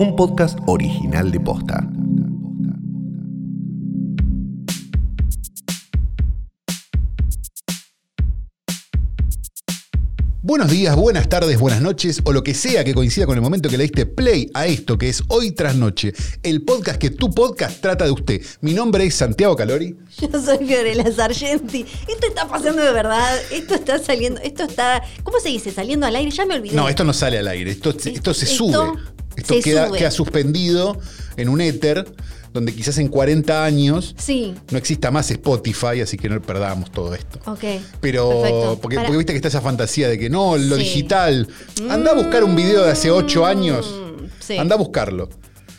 un podcast original de Posta. Buenos días, buenas tardes, buenas noches o lo que sea que coincida con el momento que le diste play a esto que es Hoy tras Noche, el podcast que tu podcast trata de usted. Mi nombre es Santiago Calori. Yo soy Fiorella Sargenti. Esto está pasando de verdad. Esto está saliendo. Esto está. ¿Cómo se dice? ¿Saliendo al aire? Ya me olvidé. No, esto no sale al aire, esto, esto se Esto sube. Esto se queda, sube. queda suspendido en un éter donde quizás en 40 años Sí. no exista más Spotify, así que no perdamos todo esto. Ok. Pero, Perfecto. porque, Para- porque viste que está esa fantasía de que no, lo Sí. digital. Anda a buscar un video de hace ocho años. Mm, sí. Anda a buscarlo.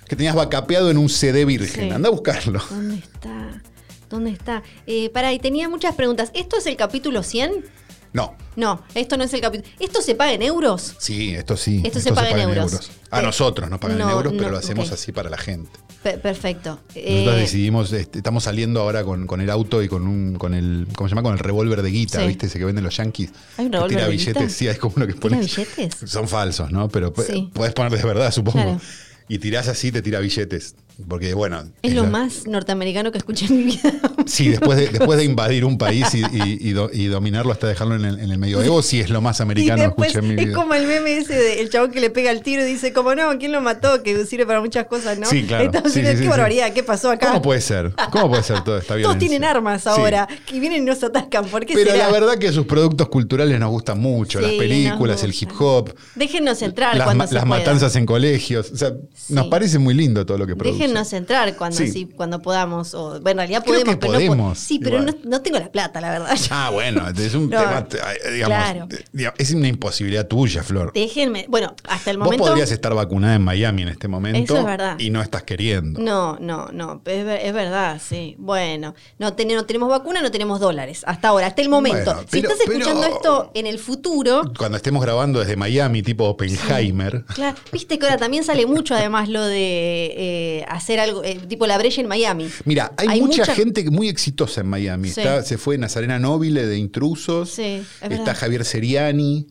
Que tenías vacapeado en un CD virgen. Sí. Anda a buscarlo. ¿Dónde está? ¿Dónde está? Eh, pará, y tenía muchas preguntas. ¿Esto es el capítulo 100? No. No, esto no es el capítulo. ¿Esto se paga en euros. Sí, esto sí. Esto se paga en euros. A Pero- nosotros nos pagan en No, euros, pero no, lo hacemos ok. así para la gente. Pe- perfecto. Eh, Nosotros decidimos, este, estamos saliendo ahora con, con el auto y con un, con el, ¿cómo se llama? Con el revólver de guita, Sí. ¿viste? Ese que venden los yankees. ¿Hay un que revólver tira de billetes, guita? sí, hay como uno que ¿Tira pone. billetes? Son falsos, ¿no? Pero Sí. puedes poner de verdad, supongo. Claro. Y tirás así, te tira billetes. Porque, bueno. es lo la- más norteamericano que escuché en mi vida. Sí, después de, después de invadir un país y, y- y do- y dominarlo hasta dejarlo en el, en el medioevo, sí es lo más americano y que después escuché en mi Es vida. como el meme ese del chabón que le pega el tiro y dice, como no, ¿quién lo mató? Que sirve para muchas cosas, ¿no? Sí, claro. Estados Sí, Unidos, sí, qué sí, barbaridad, ¿qué pasó acá? ¿Cómo puede ser? ¿Cómo puede ser toda esta Todos violencia? tienen armas Sí. ahora, que vienen y nos atacan. ¿Por qué Pero será? la verdad que sus productos culturales nos gustan mucho, Sí, las películas, nos el hip gustan. hop, Déjennos entrar las, cuando ma- se las pueda. matanzas en colegios. O sea, nos parece muy lindo todo lo que produce. Déjennos entrar cuando Sí. sí. cuando podamos. O, bueno, en realidad Creo podemos, que pero no po- podemos, sí, pero no, igual. no tengo la plata, la verdad. Ah, bueno, es un No, tema, eh, digamos, claro. eh, digamos, es una imposibilidad tuya, Flor. Déjenme. Bueno, hasta el Vos momento. podrías estar vacunada en Miami en este momento Eso es verdad. y no estás queriendo. No, no, no, es, ver- es verdad, sí. Bueno, no, ten- no tenemos vacuna, no tenemos dólares, hasta ahora, hasta el momento. Bueno, si pero- estás escuchando pero- esto en el futuro, Cuando estemos grabando desde Miami, tipo Oppenheimer, claro, viste que ahora también sale mucho además lo de eh, hacer algo, eh, tipo la brecha en Miami. Mira, hay, mucha, gente que- muy exitosa en Miami. Sí. Está- se fue Nazarena Nobile de Intrusos. Sí, es está verdad. Javier Seriani.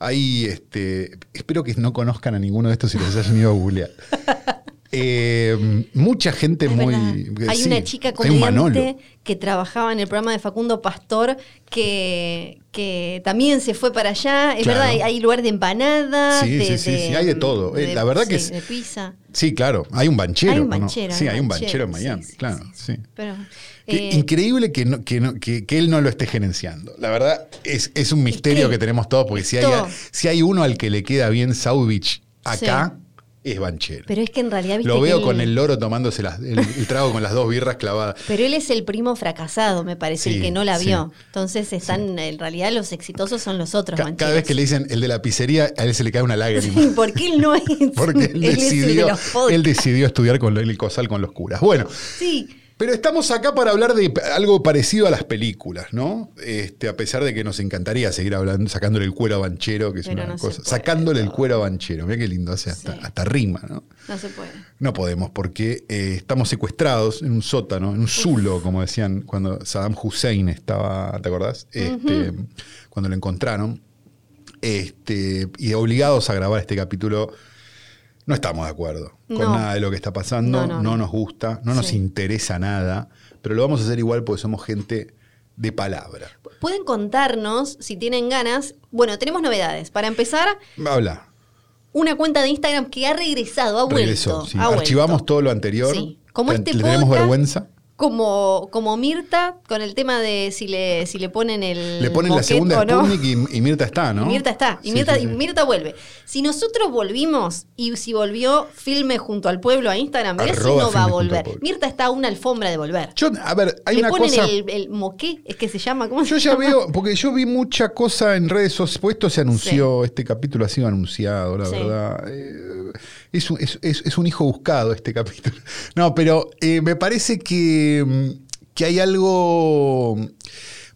Hay, este, espero que no conozcan a ninguno de estos si los hayan ido a googlear. Eh, mucha gente Es muy. eh, verdad. Hay sí, una chica hay un Manolo. comediante que trabajaba en el programa de Facundo Pastor que, que también se fue para allá. Es Claro. verdad, hay, hay lugar de empanadas, Sí, de, sí, sí, sí, hay de todo. Eh, la verdad que sí, es- de pizza. Sí, claro. Hay un banchero. Hay un ¿no? banchero, Sí, hay un hay un banchero banchero, en sí, Miami. sí, claro, sí, sí. sí. Pero, Que eh, Increíble que, no- que, no- que- que él no lo esté gerenciando. La verdad, es, es un misterio que que tenemos todos, porque si hay, esto- si hay uno al que le queda bien Sauvich acá, es Banchero. pero es que en realidad viste Lo que veo él- con el loro tomándose las- el, el trago con las dos birras clavadas. Pero él es el primo fracasado, me parece, Sí, el que no la sí. vio. Entonces están, en realidad los exitosos son los otros Ca- mancheros. cada vez que le dicen el de la pizzería, a él se le cae una lágrima. Sí, porque él no es. Porque él es el de decidió, los podcasts. él decidió estudiar con lo- el cosal con los curas. Bueno, Sí, pero estamos acá para hablar de p- algo parecido a las películas, ¿no? Este, a pesar de que nos encantaría seguir hablando, sacándole el cuero a Banchero, que es Pero una no se cosa. puede Sacándole el todo. cuero a Banchero, mira qué lindo hace, hasta, Sí. hasta rima, ¿no? no se puede. No podemos porque eh, estamos secuestrados en un sótano, en un zulo, como decían cuando Saddam Hussein estaba, ¿te acordás? Este, Cuando lo encontraron. Este, y obligados a grabar este capítulo, no estamos de acuerdo con No. nada de lo que está pasando, no, No, no, no. nos gusta, no nos Sí. interesa nada, pero lo vamos a hacer igual porque somos gente de palabra. Pueden contarnos, si tienen ganas. Bueno, tenemos novedades. Para empezar, Habla, una cuenta de Instagram que ha regresado, ha vuelto. regresó. sí. ha vuelto. Archivamos todo lo anterior. Sí. Como ¿Le- este ¿Le tenemos podcast- vergüenza? Como, como Mirta, con el tema de si le, si le ponen el. Le ponen la moquete segunda o no. Sputnik y, y Mirta está, ¿no? Y Mirta está, y, Sí, Mirta, sí, sí. y Mirta vuelve. Si nosotros volvimos y si volvió Filme junto al pueblo a Instagram, mirá si Arroba no va a Filme Junto al volver. Pueblo. Mirta está a una alfombra de volver. Yo, a ver, hay Le una ponen cosa. el, el moqué, es que se llama, ¿cómo se Yo ya llama? veo, porque yo vi mucha cosa en redes sociales, pues esto se anunció, este capítulo ha sido anunciado, la Sí. verdad. Eh, es, un, es- es- es un hijo buscado este capítulo. No, pero eh, me parece que, mm, que hay algo,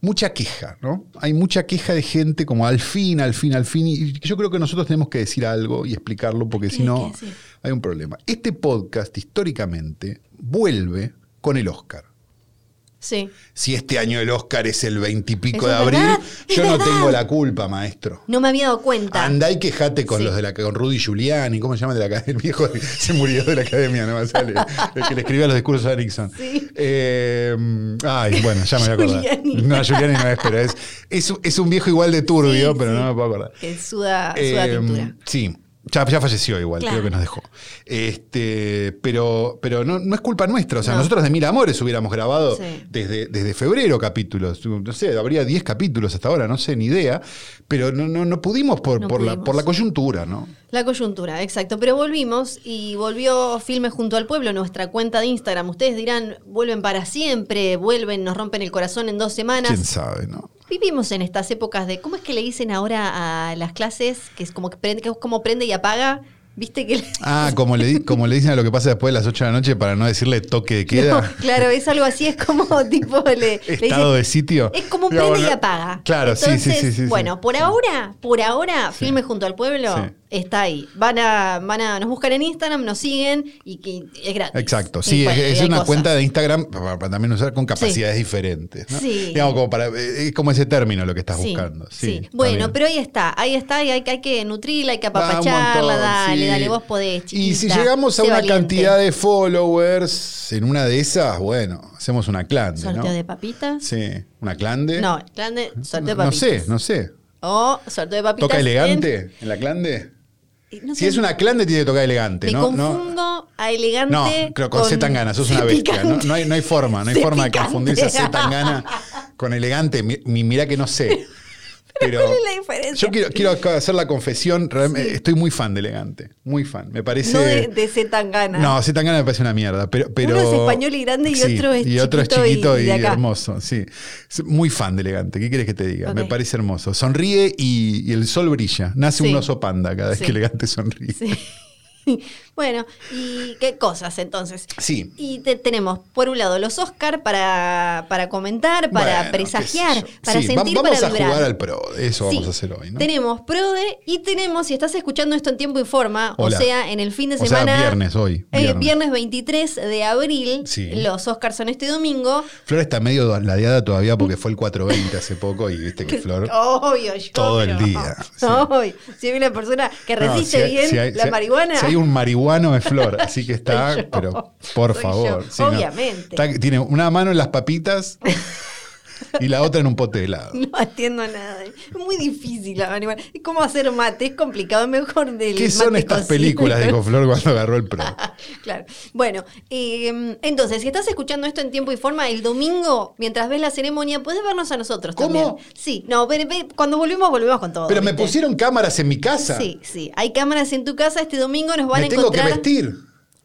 mucha queja, ¿no? Hay mucha queja de gente como al fin, al fin, al fin, y yo creo que nosotros tenemos que decir algo y explicarlo, porque ¿Qué si hay que no, decir? hay un problema. Este podcast históricamente vuelve con el Oscar. Sí. Si este año el Oscar es el veintipico Eso de es abril, verdad, es yo no verdad. tengo la culpa, maestro. No me había dado cuenta. Andá y quejate con Sí. los de la con Rudy Giuliani, ¿cómo se llama el de la academia? El viejo de- se murió de la academia, no me sale. El que le escribía los discursos a Nixon. Sí. Eh, ay, bueno, ya me voy a acordar. Giuliani. No, Giuliani no es, pero es, es, un- es un viejo igual de turbio, Sí, pero sí. no me puedo acordar. Que suda, suda Eh, tintura. Sí. Ya, ya falleció igual, Claro. creo que nos dejó. Este, pero pero no, no es culpa nuestra. O sea, No. nosotros de Mil Amores hubiéramos grabado Sí. desde, desde febrero capítulos. No sé, habría 10 capítulos hasta ahora, no sé, ni idea. Pero no, no, no pudimos por, No por, La, pudimos. por la coyuntura, ¿no? La coyuntura, exacto. Pero volvimos y volvió Filmes Junto al Pueblo, nuestra cuenta de Instagram. Ustedes dirán, vuelven para siempre, vuelven, nos rompen el corazón en dos semanas. Quién sabe, ¿no? Vivimos en estas épocas de, ¿cómo es que le dicen ahora a las clases? Que es como que prende, que es como prende y apaga. ¿Viste que... le- Ah, como le, di- como le dicen a lo que pasa después de las 8 de la noche para no decirle toque de queda. No, claro, es algo así, es como tipo... Le, le dicen- Estado de sitio. Es como un Digo, prende y no- apaga. Claro, sí, sí, Entonces, sí, sí, sí. Bueno, por ahora, por ahora, Filme Junto al Pueblo Sí. está ahí. Van a, van a, nos buscan en Instagram, nos siguen y, que es gratis. Exacto, Y sí, bueno, es, es y hay una cosas. cuenta de Instagram para, para también usar con capacidades diferentes. ¿no? Sí. Digamos, como para, eh, es como ese término lo que estás Sí, buscando. Sí, sí. está Bueno, bien. pero ahí está, ahí está, y hay, que- hay que nutrirla, hay que Va, un apapacharla, montón, dale, sí. dale, vos podés, chiquita, Y si llegamos a sé una valiente. cantidad de followers en una de esas, bueno, hacemos una clande, ¿Sorteo ¿no? de papitas? Sí, una clande. No, clande, sorteo de No papitas. sé, no sé. O sorteo de papitas. ¿Toca en- elegante en, la clande? y no Si sé, es una clande, tiene que tocar elegante, Me ¿no? No- confundo a elegante. No, creo con Z Tangana, sos C una bestia. No, picante. No hay, no hay forma, no hay C forma de picante. confundirse a Z Tangana con elegante. Mi, mi- mirá que no sé. Pero, ¿Cuál es la diferencia? yo quiero, quiero acá hacer la confesión, realmente, estoy muy fan de elegante, muy fan. Me parece... No de, de C Tangana. No, Z Tangana me parece una mierda. Pero, pero- Uno es español y grande y otro es Y otro es chiquito y- chiquito y, y de acá. hermoso, sí. Es Muy fan de elegante. ¿Qué quieres que te diga? Me Ok. parece hermoso. Sonríe y, y el sol brilla. Nace Sí. un oso panda cada vez Sí. que elegante sonríe. Sí. Sí. bueno, ¿y qué cosas entonces? Sí. Y te- tenemos, por un lado, los Oscar para, para comentar, para Bueno, presagiar, qué sé yo. para Sí, va- sentir, vamos para a vibrar. jugar al pro, eso Sí. vamos a hacer hoy, ¿no? Tenemos PRODE y tenemos, si estás escuchando esto en tiempo y forma, Hola. o sea, en el fin de O sea, semana. viernes hoy, eh, viernes. Viernes. 23 de abril. Sí. Los Oscars son este domingo. Flor está medio ladeada todavía porque fue el 420 hace poco y viste que Flor. Oh, Obvio, yo, Todo el pero- día, sí. Obvio. Si hay una persona que No, resiste si hay- bien si hay- la si hay- marihuana. Si hay un marihuano es Flor, así que está, Soy yo. pero por Soy favor. yo, sí, no. obviamente. Está- tiene una mano en las papitas y la otra en un pote de helado. No atiendo nada. Es muy difícil la marihuana. Es como hacer mate, es complicado, es mejor del ¿Qué son mate estas cocido. películas? Dijo Flor cuando agarró el pro. Claro. Bueno, eh, entonces, si estás escuchando esto en tiempo y forma, el domingo, mientras ves la ceremonia, puedes vernos a nosotros ¿Cómo? también. Sí, no, pero, pero cuando volvemos, volvemos con todo. Pero me ¿viste? pusieron cámaras en mi casa. Sí, sí. Hay cámaras en tu casa. Este domingo nos van me a tengo que encontrar. vestir.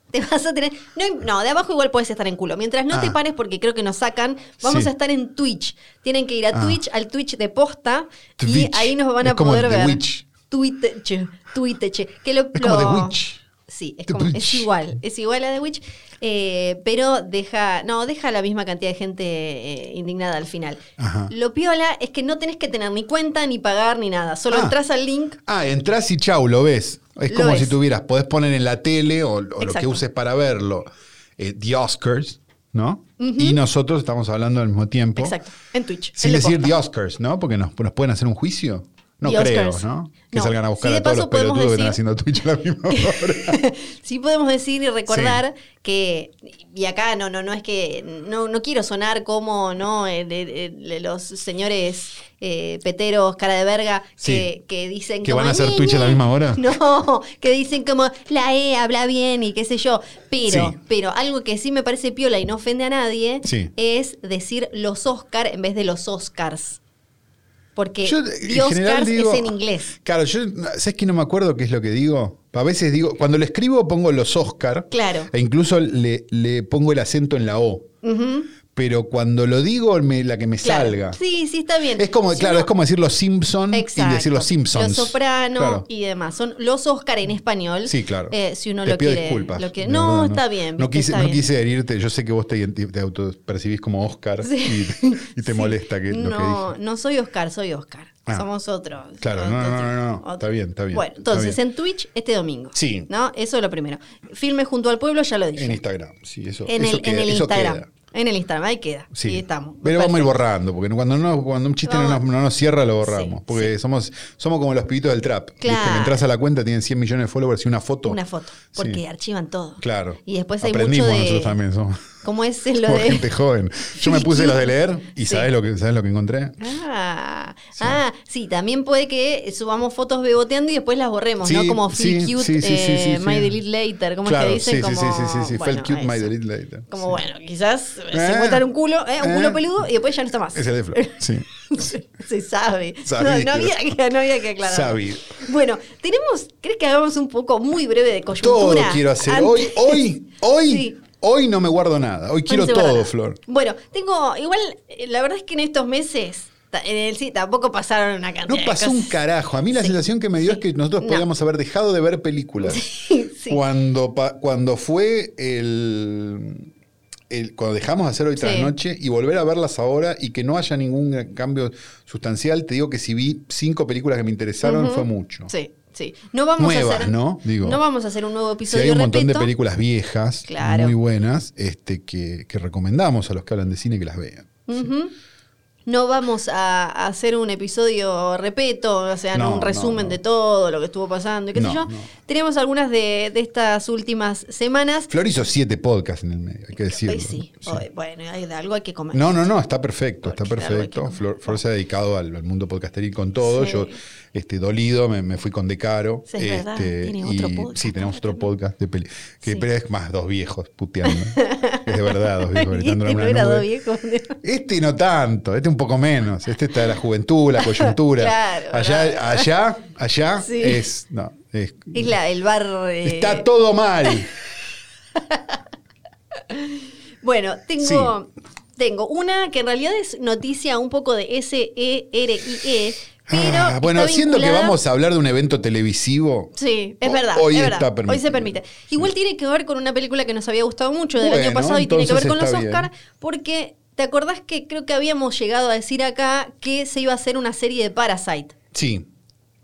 Te vas a tener. No, no, de abajo igual puedes estar en culo. Mientras no Ah. te pares, porque creo que nos sacan, vamos Sí. a estar en Twitch. Tienen que ir a Ah. Twitch, al Twitch de posta, Twitch. y ahí nos van Es a como poder The ver. Witch. Twitch, Twitch, que lo, Es como lo- The Witch. Sí, es, The como- es Witch. igual, es igual a The Witch, eh, pero deja, no, deja la misma cantidad de gente eh, indignada al final. Ajá. Lo piola es que no tenés que tener ni cuenta, ni pagar, ni nada, solo Ah. entras al link, Ah, entras y chau, lo ves. Es Lo como ves. si tuvieras, podés poner en la tele o, o lo que Exacto. uses para verlo, eh, The Oscars, ¿no? Y nosotros estamos hablando al mismo tiempo. exacto, en Twitch. Sin el de decir posta. The Oscars, ¿no? Porque nos, nos pueden hacer un juicio. No The creo, Oscars. ¿no? Que No. salgan a buscar Sí, de a todos los paso podemos pelotudos que están decir- haciendo Twitch a la misma hora. sí podemos decir y recordar que y acá no no no es que no, no quiero sonar como no Eh, de- de- de los señores eh, peteros cara de verga que, Sí. que dicen ¿Que como, van a hacer "Ñe, Twitch a la Ñe". misma hora? no que dicen como la e habla bien y qué sé yo pero Sí. pero algo que sí me parece piola y no ofende a nadie Sí. es decir los Oscar en vez de los Oscars porque Yo, Eh, The Oscars digo- es en inglés Claro, yo, ¿sabes que no me acuerdo qué es lo que digo? A veces digo, cuando lo escribo pongo los Oscar. Claro. E incluso le, le pongo el acento en la O. Ujú, Pero cuando lo digo, me- la que me claro. salga. sí sí está bien Es como, Si claro, uno- es como decir los Simpson Exacto. y decir los Simpsons. Los Soprano Claro. y demás. Son los Oscar en español. Sí, claro. Eh, si uno Te lo pido quiere, disculpas. lo quiere- de No, verdad, está bien. No viste, quise, está no bien. quise herirte. Yo sé que vos te, identi- te autopercibís como Oscar y Sí. te, y te Sí. molesta que, lo que no, dije. no soy Oscar, soy Oscar. Ah. Somos otros. Claro, otro no, no, no, tipo, no, no. otro. Está bien, está bien, Bueno, está entonces bien. en Twitch este domingo. Sí. ¿No? Eso es lo primero. Filme junto al pueblo, ya lo dije. En Instagram. Sí, eso, En eso el, queda, en el eso Instagram. queda. En el Instagram, ahí queda. Sí. Y estamos. Pero vamos a ir Perfecto. borrando, porque cuando, no- cuando un chiste no Vamos. nos, no nos cierra, lo borramos. Sí, porque somos, somos como los pibitos del trap. ¿viste? Claro. Que entras a la cuenta, tienen 100 millones de followers y una foto. Una foto. Porque Sí. archivan todo. Claro. Y después hay Aprendimos mucho de- nosotros también, somos ¿Cómo es lo somos de.? gente joven. Yo me puse los de leer y Sí. ¿sabes, lo que, ¿sabes lo que encontré? Ah, ah, sí, también puede que subamos fotos beboteando y después las borremos, Sí, ¿no? Como sí, Feel Cute, sí, sí, sí, sí, eh, My sí. Delete Later, ¿cómo claro, es que dicen? sí, sí, como, sí, sí, sí, sí. bueno, Felt cute, my eso. delete later. Como Sí. bueno, quizás Eh, se encuentran un culo, eh, un eh. culo peludo y después ya no está más. Ese es el de Flor. Sí. se sabe. Sabido. No, no había, que- no había que aclarar. Sabido. Bueno, tenemos, ¿crees que hagamos un poco muy breve de Todo coyuntura? quiero hacer. Antes- Hoy, hoy, hoy, Sí. hoy no me guardo nada. Hoy quiero Bueno, se todo, guarda. Flor. Bueno, tengo, igual, eh, la verdad es que en estos meses, ta- en el sí, tampoco pasaron una cantidad No de pasó un cosas. carajo. A mí la sensación que me dio es que nosotros No. podíamos haber dejado de ver películas. Sí. Cuando, pa- cuando fue el, el- Cuando dejamos de hacer hoy tras Sí. noche y volver a verlas ahora y que no haya ningún gran cambio sustancial, te digo que si vi cinco películas que me interesaron Ujú. fue mucho. Sí, sí. No vamos a Nuevas, hacer, ¿no? Digo. no vamos a hacer un nuevo Si episodio, hay un montón repito. de películas viejas, Claro. muy buenas, este, que, que recomendamos a los que hablan de cine que las vean. Ujú. No vamos a a hacer un episodio repeto, o sea, no, No, un resumen no, no. de todo lo que estuvo pasando y qué No, sé yo. no. Tenemos algunas de, de estas últimas semanas. Flor hizo siete podcasts en el medio, hay que decirlo. Hoy sí, Sí. hoy- bueno, hay de algo hay que comer. No, no, no, está perfecto, está Porque claro, hay perfecto. que- Flor, Flor se ha dedicado al, al mundo podcasteril con todo. Sí. Yo, este, dolido, me, me fui con Decaro. Sí, es verdad, tiene y- otro podcast. Sí, tenemos otro podcast de peli. Que Sí. pero es más dos viejos puteando. es de verdad, dos viejos Este gritando en no una era nube. dos viejos. Este no tanto, este un poco menos. Este está de la juventud, la coyuntura. Claro, allá, ¿verdad? allá, allá Sí. es. No, es- Es la- el bar. eh, Está todo mal. Bueno, tengo, tengo una que en realidad es noticia un poco de E S-E-R-I-E, pero. Ah, bueno, está siendo que vinculada- vamos a hablar de un evento televisivo. Sí, es Ho- verdad. hoy es verdad. está permitido. Hoy se permite. Igual tiene que ver con una película que nos había gustado mucho del Bueno, año pasado y tiene que ver entonces con los está bien. Oscar, porque ¿te acordás que creo que habíamos llegado a decir acá que se iba a hacer una serie de Parasite? Sí.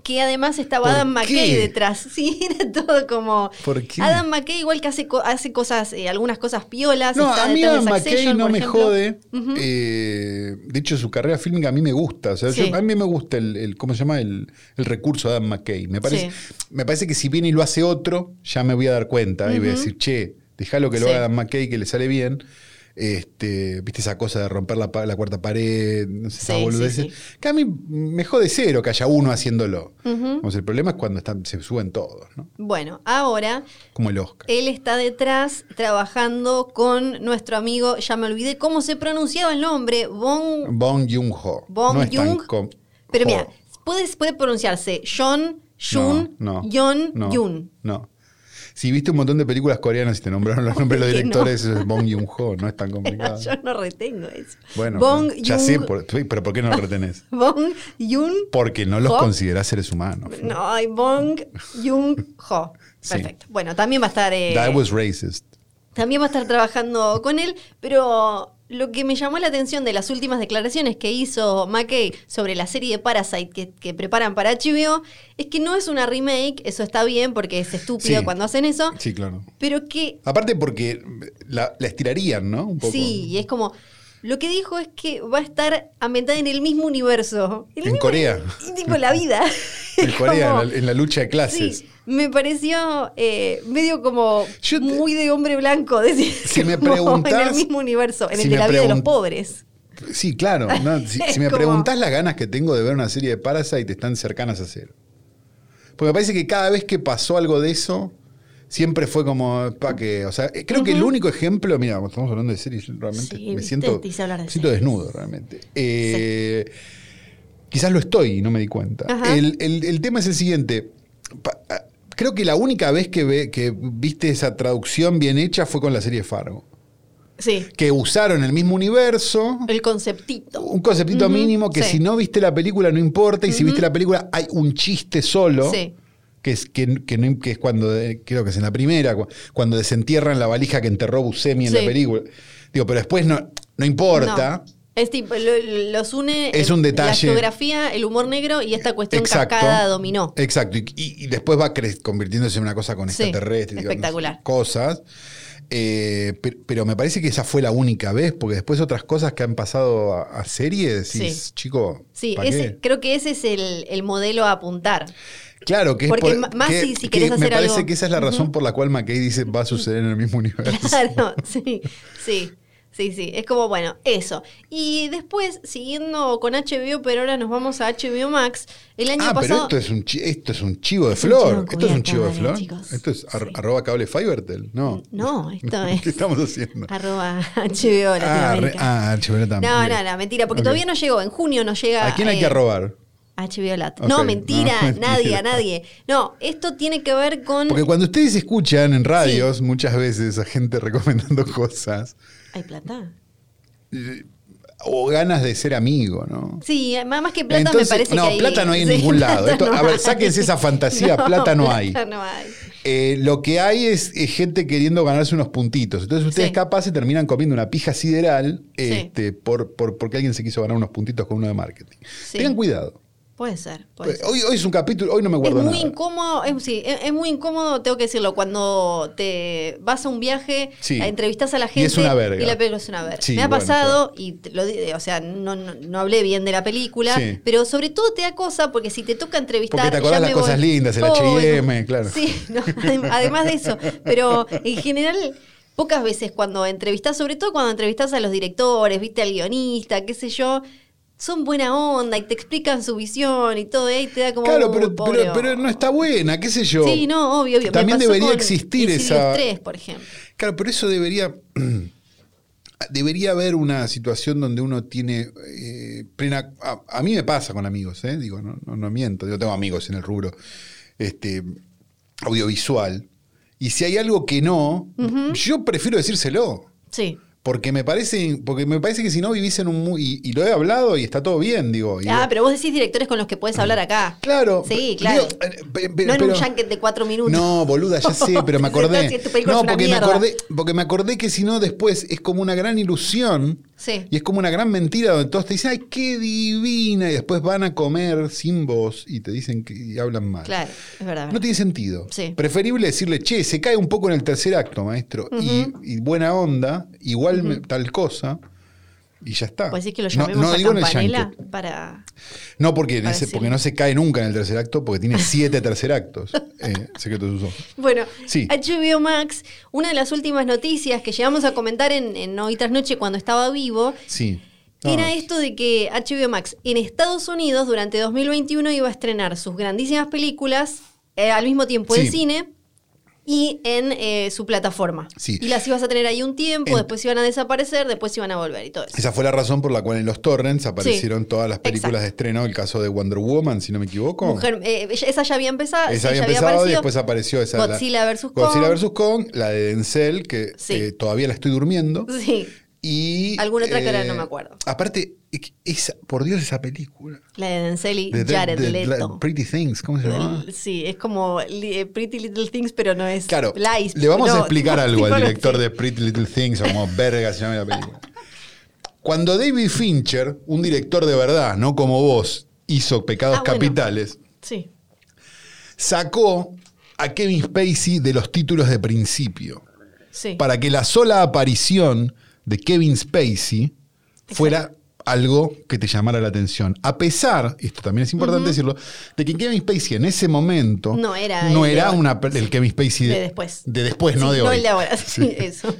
Que además estaba ¿Por Adam McKay qué? detrás. Sí, era todo como. ¿Por qué? Adam McKay, igual que hace, co- hace cosas, eh, algunas cosas piolas. No, está a mí detrás de Adam McKay Succession, no por me ejemplo. jode. Ujú. Eh, de hecho, su carrera fílmica a mí me gusta. O sea, yo- Sí. a mí me gusta el, el- ¿cómo se llama? El, el recurso de Adam McKay. Me parece, Sí. me parece que si viene y lo hace otro, ya me voy a dar cuenta. ¿eh? Y voy a decir, che, déjalo que lo Sí. haga Adam McKay, que le sale bien. Este, viste esa cosa de romper la, pa- la cuarta pared, no sé, esas Sí, sí, boludeces. sí. Que a mí me jode cero que haya uno haciéndolo. Ujú. O sea, el problema es cuando están, se suben todos, ¿no? Bueno, ahora Como el Oscar. él está detrás trabajando con nuestro amigo, ya me olvidé cómo se pronunciaba el nombre, Bong, Bong Joon-ho. Eh, Bong no es tan Joon- com- pero ho. mira, puede, puede pronunciarse John, Jun, No, no, Yon, no, Yun. No. Si viste un montón de películas coreanas y te nombraron los nombres de los Que no. directores, eso es Bong Joon-ho, no es tan complicado. Yo no retengo eso. Bueno, Bong ya Jung- sé, por- sí, pero ¿por qué no los retenés? Bong Yun. Porque no los Ho. considerás seres humanos. No, hay Bong Jung Ho. Sí. Perfecto. Bueno, también va a estar. eh, That was racist. También va a estar trabajando con él, pero lo que me llamó la atención de las últimas declaraciones que hizo McKay sobre la serie de Parasite que, que preparan para HBO es que no es una remake, eso está bien porque es estúpido Sí. cuando hacen eso, Sí, claro. pero que Aparte porque la, la estirarían, ¿no? Un poco. sí, y es como... Lo que dijo es que va a estar ambientada en el mismo universo. El En mismo- Corea. Y tipo la vida. En Es Corea, como- en, la, en la lucha de clases. Sí, me pareció eh, medio como Yo te- muy de hombre blanco decir Si me como en preguntás- el mismo universo, en si el de me la vida de los pregun- pobres. Sí, claro. no, si, si me Como- preguntás las ganas que tengo de ver una serie de Parasite, están cercanas a cero. Porque me parece que cada vez que pasó algo de eso, siempre fue como, pa' que, o sea, eh, creo que el único ejemplo, mira, como estamos hablando de series, yo realmente Sí, me viste, siento, te hice hablar de me siento series. desnudo, realmente. Eh, Quizás lo estoy y no me di cuenta. Ajá. El, el- el tema es el siguiente. Pa- ah, Creo que la única vez que, ve- que viste esa traducción bien hecha fue con la serie Fargo. Sí, Que usaron el mismo universo, el conceptito. un conceptito Ujú, mínimo que sí. si no viste la película no importa y si viste la película hay un chiste solo. Sí. Que es, que, que no- que es cuando, eh, creo que es en la primera, cu- cuando desentierran la valija que enterró Buscemi en Sí. la película. Digo, pero después no, no importa. No. Es tipo, lo- los une Es el- un detalle. la geografía, el humor negro y esta cuestión Exacto. Eh, cascada dominó. Exacto. Y, y- y después va cre- convirtiéndose en una cosa con Sí, extraterrestres. y espectacular. otras Cosas. Eh, per- pero, me parece que esa fue la única vez, porque después otras cosas que han pasado a, a series, decís, chico. Sí, ¿pa' ese- qué? creo que ese es el, el modelo a apuntar. Claro, que es Porque por- más que- si- si que querés Me hacer parece algo. que esa es la razón por la cual McKay dice va a suceder en el mismo universo. Claro, sí, sí, sí, sí. Es como, bueno, eso. Y después, siguiendo con HBO, pero ahora nos vamos a HBO Max. El año Ah, pasado. pero esto es un, chi- esto es un chivo de Es un flor. chivo esto es un cubierto, chivo de dale, flor. chicos. Esto es ar- Sí. arroba cable Fivertel. No. No, esto es ¿Qué estamos haciendo? arroba HBO Ah, re- Latinoamérica. ah, chévere también. no, no, no, mentira, porque Ok. todavía no llegó. En junio no llega. ¿A quién hay que eh, arrobar? HBO Lat. Ok, No, no, mentira, mentira. nadie, a nadie. No, esto tiene que ver con. Porque cuando ustedes escuchan en radios muchas veces a gente recomendando cosas ¿Hay plata? eh, o ganas de ser amigo, ¿no? Sí, más más que plata Entonces, me parece no, que hay. plata no hay en sí, ningún lado. plata Esto- a ver, sáquense esa fantasía, plata no hay. plata no hay. Eh, lo que hay es, eh, gente queriendo ganarse unos puntitos. Entonces ustedes Sí. capaz se terminan comiendo una pija sideral Sí. este, por, por- porque alguien se quiso ganar unos puntitos con uno de marketing. Sí. Tengan cuidado. Puede ser, puede ser. Hoy, hoy es un capítulo, hoy no me Es guardo muy nada. incómodo, es, sí, em, es, es muy incómodo, tengo que decirlo, cuando te vas a un viaje, Sí. entrevistas a la Y gente es una verga. y la película es una verga. Sí, Me ha bueno, pasado, y te lo di- o sea, no, no, no hablé bien de la película, Sí. pero sobre todo te da cosa porque si te toca entrevistar... Porque te acordás ya me las cosas voy. lindas, el Oh, H&M, bueno. claro. Sí, no, adem- además de eso, pero en general... Pocas veces cuando entrevistas, sobre todo cuando entrevistas a los directores, viste al guionista, qué sé yo, son buena onda y te explican su visión y todo, ¿eh? y te da como... Claro, "Uy, pero, pobre pero- pero hombre". no está buena, qué sé yo. Sí, no, obvio, obvio. Me También pasó debería con existir Insidious esa- 3, por ejemplo. Claro, pero eso debería. Debería haber una situación donde uno tiene eh, plena. A, a mí me pasa con amigos, ¿eh? digo, no, no, no miento, yo tengo amigos en el rubro este, audiovisual. Y si hay algo que no, yo prefiero decírselo. Sí. Porque me parece, porque me parece que si no vivís en un mu- y, y lo he hablado y está todo bien, digo. y- Ah, pero vos decís directores con los que podés hablar acá. Claro. Sí, claro. Digo, eh, pe- pe- no en pero- un junket de cuatro minutos. no, boluda, ya sé, pero me Si acordé. tu película es No, una porque me mierda. acordé, porque me acordé que si no después es como una gran ilusión Sí. y es como una gran mentira donde todos te dicen, ay, qué divina, y después van a comer sin vos y te dicen que y hablan mal. Claro, es verdad. No tiene sentido. Sí. Preferible decirle, che, se cae un poco en el tercer acto, maestro, y, y buena onda, igual me- tal cosa, y ya está. Pues decís que lo No- llamemos no, a digo en el Campanella yankee. para... No, porque, en Para ese- decirle. porque no se cae nunca en el tercer acto, porque tiene siete tercer actos. Eh, Secretos de sus ojos. Bueno, Sí. HBO Max, una de las últimas noticias que llegamos a comentar en, en Hoy tras Noche cuando estaba vivo, Sí. Era Ah. esto de que HBO Max en Estados Unidos durante 2021 iba a estrenar sus grandísimas películas eh, al mismo tiempo en Sí. cine y en eh, su plataforma. Sí. Y las ibas a tener ahí un tiempo, En- después iban a desaparecer, después iban a volver y todo eso. Esa fue la razón por la cual en los torrents aparecieron Sí, todas las películas exacto. de estreno. El caso de Wonder Woman, si no me equivoco. Mujer- eh, esa ya había empezado. sí, Esa había ya había empezado y aparecido. después apareció esa. la- Godzilla vs. Kong. Godzilla vs. Kong, la de Denzel, que Sí. eh, todavía la estoy durmiendo. Sí, Y. eh, Alguna otra que ahora no me acuerdo. Aparte, es que esa, por Dios, esa película. la de Denzel y De- de- Jared de- la- Leto. Pretty Things, ¿cómo se llama? Sí, es como li- eh, Pretty Little Things, pero no es Claro, Lies, le vamos a no, explicar tipo- algo al tipo- director de Pretty Little Things, o como verga se llama la película. Cuando David Fincher, un director de verdad, no como vos, hizo Pecados Ah, bueno. Capitales, Sí. sacó a Kevin Spacey de los títulos de principio, Sí. para que la sola aparición de Kevin Spacey fuera algo que te llamara la atención. A pesar, esto también es importante decirlo, de que Kevin Spacey en ese momento No era no el de era ahora. una, per- el Kevin Spacey De después. de después, no Sí, de hoy. No el de ahora, sí, Sí. eso.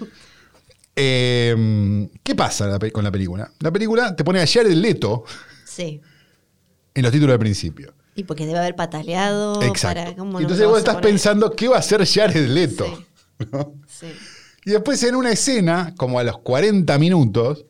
Eh, ¿Qué pasa la pe- con la película? La película te pone a Jared Leto Sí. en los títulos de principio. Y porque debe haber pataleado. Para, Exacto. Oh, ¿cómo no Entonces lo vos vas a estás poner? pensando qué va a hacer Jared Leto. ¿no? Sí. Y después en una escena, como a los 40 minutos,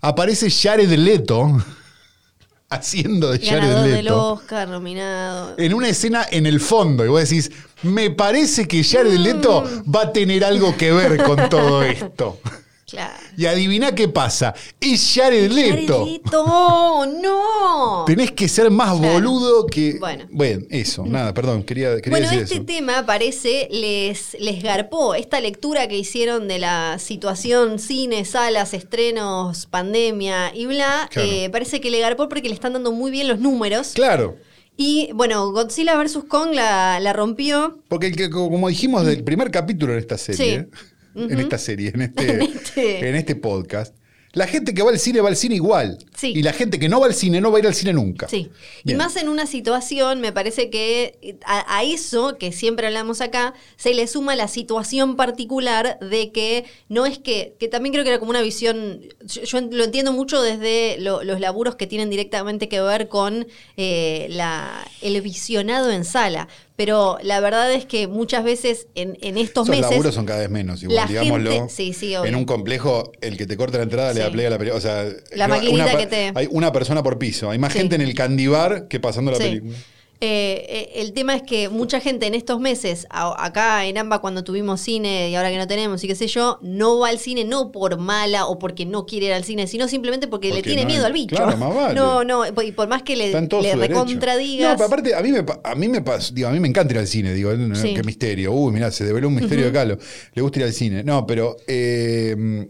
aparece Jared Leto haciendo de Ganador Jared del Leto. Oscar, nominado. En una escena en el fondo, y vos decís, me parece que Jared Leto va a tener algo que ver con todo esto. Claro. Y adivina qué pasa. Es Jared Leto. Jaredito, no. Tenés que ser más Claro. boludo que. Bueno. Bueno, eso, nada, perdón, quería, quería Bueno, decir este eso. tema parece les, les garpó. Esta lectura que hicieron de la situación cine, salas, estrenos, pandemia y bla, Claro. eh, parece que le garpó porque le están dando muy bien los números. Claro, Y bueno, Godzilla vs. Kong la, la rompió. porque el que- como dijimos del primer capítulo en esta serie, Mm. Sí. en esta serie, en este, En este. en este podcast, la gente que va al cine va al cine igual. Sí. Y la gente que no va al cine no va a ir al cine nunca. Sí. Y Bien. más en una situación, me parece que a, a eso que siempre hablamos acá, se le suma la situación particular de que no es que, que también creo que era como una visión, yo, yo en- lo entiendo mucho desde lo- los laburos que tienen directamente que ver con eh, la, el visionado en sala. Pero la verdad es que muchas veces en, en estos Esos meses... laburos son cada vez menos, igual, la digámoslo. gente- sí, sí, obvio. en un complejo, el que te corta la entrada le Sí. da play a la película. O sea, La maquinita una, per- que te- hay una persona por piso. Hay más Sí. gente en el candibar que pasando la Sí. película. Eh, eh, el tema es que mucha gente en estos meses, a- acá en AMBA cuando tuvimos cine y ahora que no tenemos y qué sé yo, no va al cine no por mala o porque no quiere ir al cine, sino simplemente porque, le Porque tiene no miedo hay- al bicho. claro, más vale. No, no, y por más que le, Está en todo le su derecho. recontradigas. No, pero aparte, a mí me, pa- a mí me pas- digo, a mí me encanta ir al cine, digo, no, no, Sí. qué misterio. Uy, mirá, se develó un misterio de Calo. Le gusta ir al cine. No, pero eh,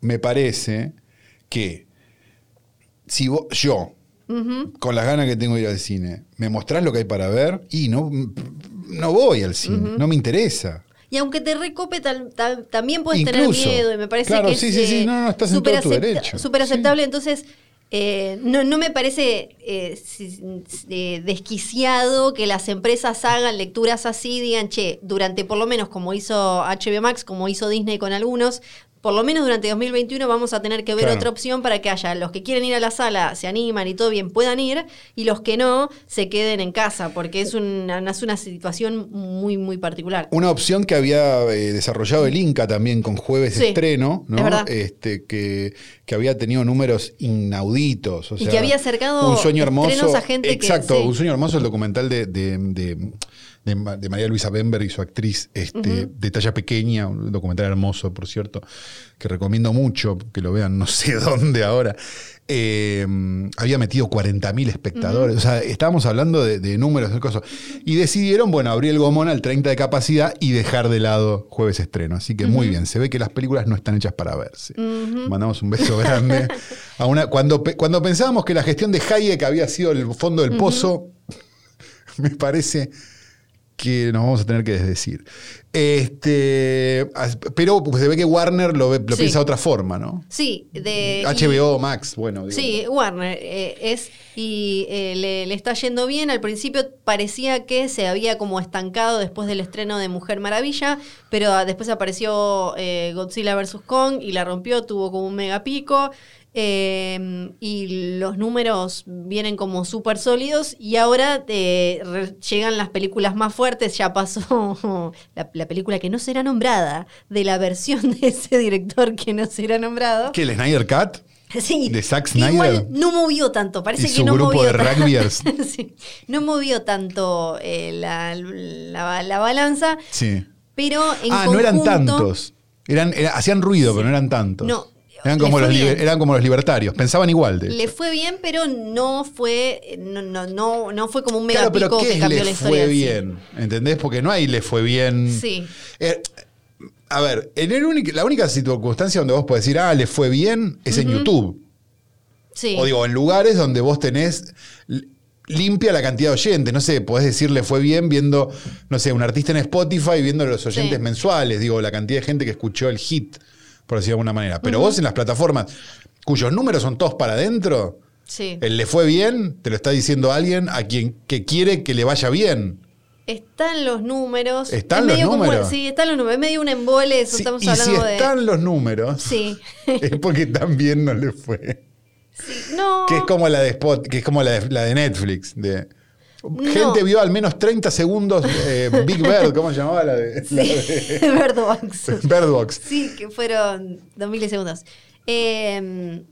me parece que si vos- yo, con las ganas que tengo de ir al cine, me mostrás lo que hay para ver y no, no voy al cine, no me interesa. Y aunque te recope, tal- tal- también puedes Incluso. tener miedo. Y me parece Claro, que sí, es sí, sí. eh, No, no, estás en todo tu superacepta- derecho. superaceptable. Entonces, eh, no, no me parece eh, si- eh, desquiciado que las empresas hagan lecturas así, digan, che, durante por lo menos como hizo HBO Max, como hizo Disney con algunos. Por lo menos durante 2021 vamos a tener que ver Claro. otra opción para que haya los que quieren ir a la sala, se animan y todo bien, puedan ir, y los que no, se queden en casa, porque es una, es una situación muy, muy particular. Una opción que había eh, desarrollado el Inca también con jueves Sí, estreno, es ¿no? verdad. Este, que, que había tenido números inauditos. o Y que sea, había acercado un sueño hermoso. estrenos a gente que- exacto, sí. un sueño hermoso, el documental de, de- de- de Ma- de María Luisa Bemberg y su actriz este, de talla pequeña, un documental hermoso, por cierto, que recomiendo mucho que lo vean, no sé dónde ahora. Eh, había metido 40.000 espectadores, o sea, estábamos hablando de, de números, de cosas. Y decidieron, bueno, abrir el gomón al 30 de capacidad y dejar de lado jueves estreno. Así que muy bien, se ve que las películas no están hechas para verse. Mandamos un beso grande. a una, cuando, pe- cuando pensábamos que la gestión de Hayek había sido el fondo del pozo, me parece que nos vamos a tener que desdecir. Este, as- pero pues, se ve que Warner lo, ve- lo Sí. piensa de otra forma, ¿no? Sí, de y- HBO Max, bueno. digo. Sí, Warner eh, es y eh, le, le está yendo bien. Al principio parecía que se había como estancado después del estreno de Mujer Maravilla, pero ah, después apareció eh, Godzilla vs. Kong y la rompió, tuvo como un mega pico. eh, y los números vienen como súper sólidos y ahora eh, re- llegan las películas más fuertes, ya pasó la, la película que no será nombrada, de la versión de ese director que no será nombrado. ¿Qué, el Snyder Cat? Sí, ¿De Zack que Igual Snyder? no movió tanto, parece ¿Y que su no grupo movió de tan- rugbyers? Sí, no movió tanto eh, la, la- la balanza, Sí. pero en ah, no eran conjunto- tantos. Eran, era- hacían ruido, pero no eran tantos. No. Eran Le como, fue los liber- bien. eran como los libertarios, pensaban igual. De Le fue bien, pero no fue no, no, no, no fue como un mega Claro, pero pico ¿qué que es cambió le la historia. fue en sí. bien? ¿Entendés? Porque no hay le fue bien. Sí. Eh, a ver, en el único- la única circunstancia donde vos podés decir, ah, le fue bien, es en YouTube. Sí. O digo, en lugares donde vos tenés li- limpia la cantidad de oyentes. No sé, podés decirle fue bien viendo, no sé, un artista en Spotify, viendo los oyentes Sí. mensuales, digo, la cantidad de gente que escuchó el hit, por decirlo de alguna manera. Pero vos en las plataformas cuyos números son todos para adentro, sí. el le fue bien, te lo está diciendo alguien a quien que quiere que le vaya bien. Están los números. Están Es los medio como- números. sí, están los números. Es medio un embole, eso Si- estamos y si hablando de. están los números, Sí. es porque también no le fue. No. Que es como la de Spot, que es como la de, la de Netflix. De, Gente vio al menos 30 segundos eh, Big Bird, ¿cómo se llamaba la de? la Sí, Bird Box. de- Bird Box. Sí, que fueron 2.000 segundos. Eh,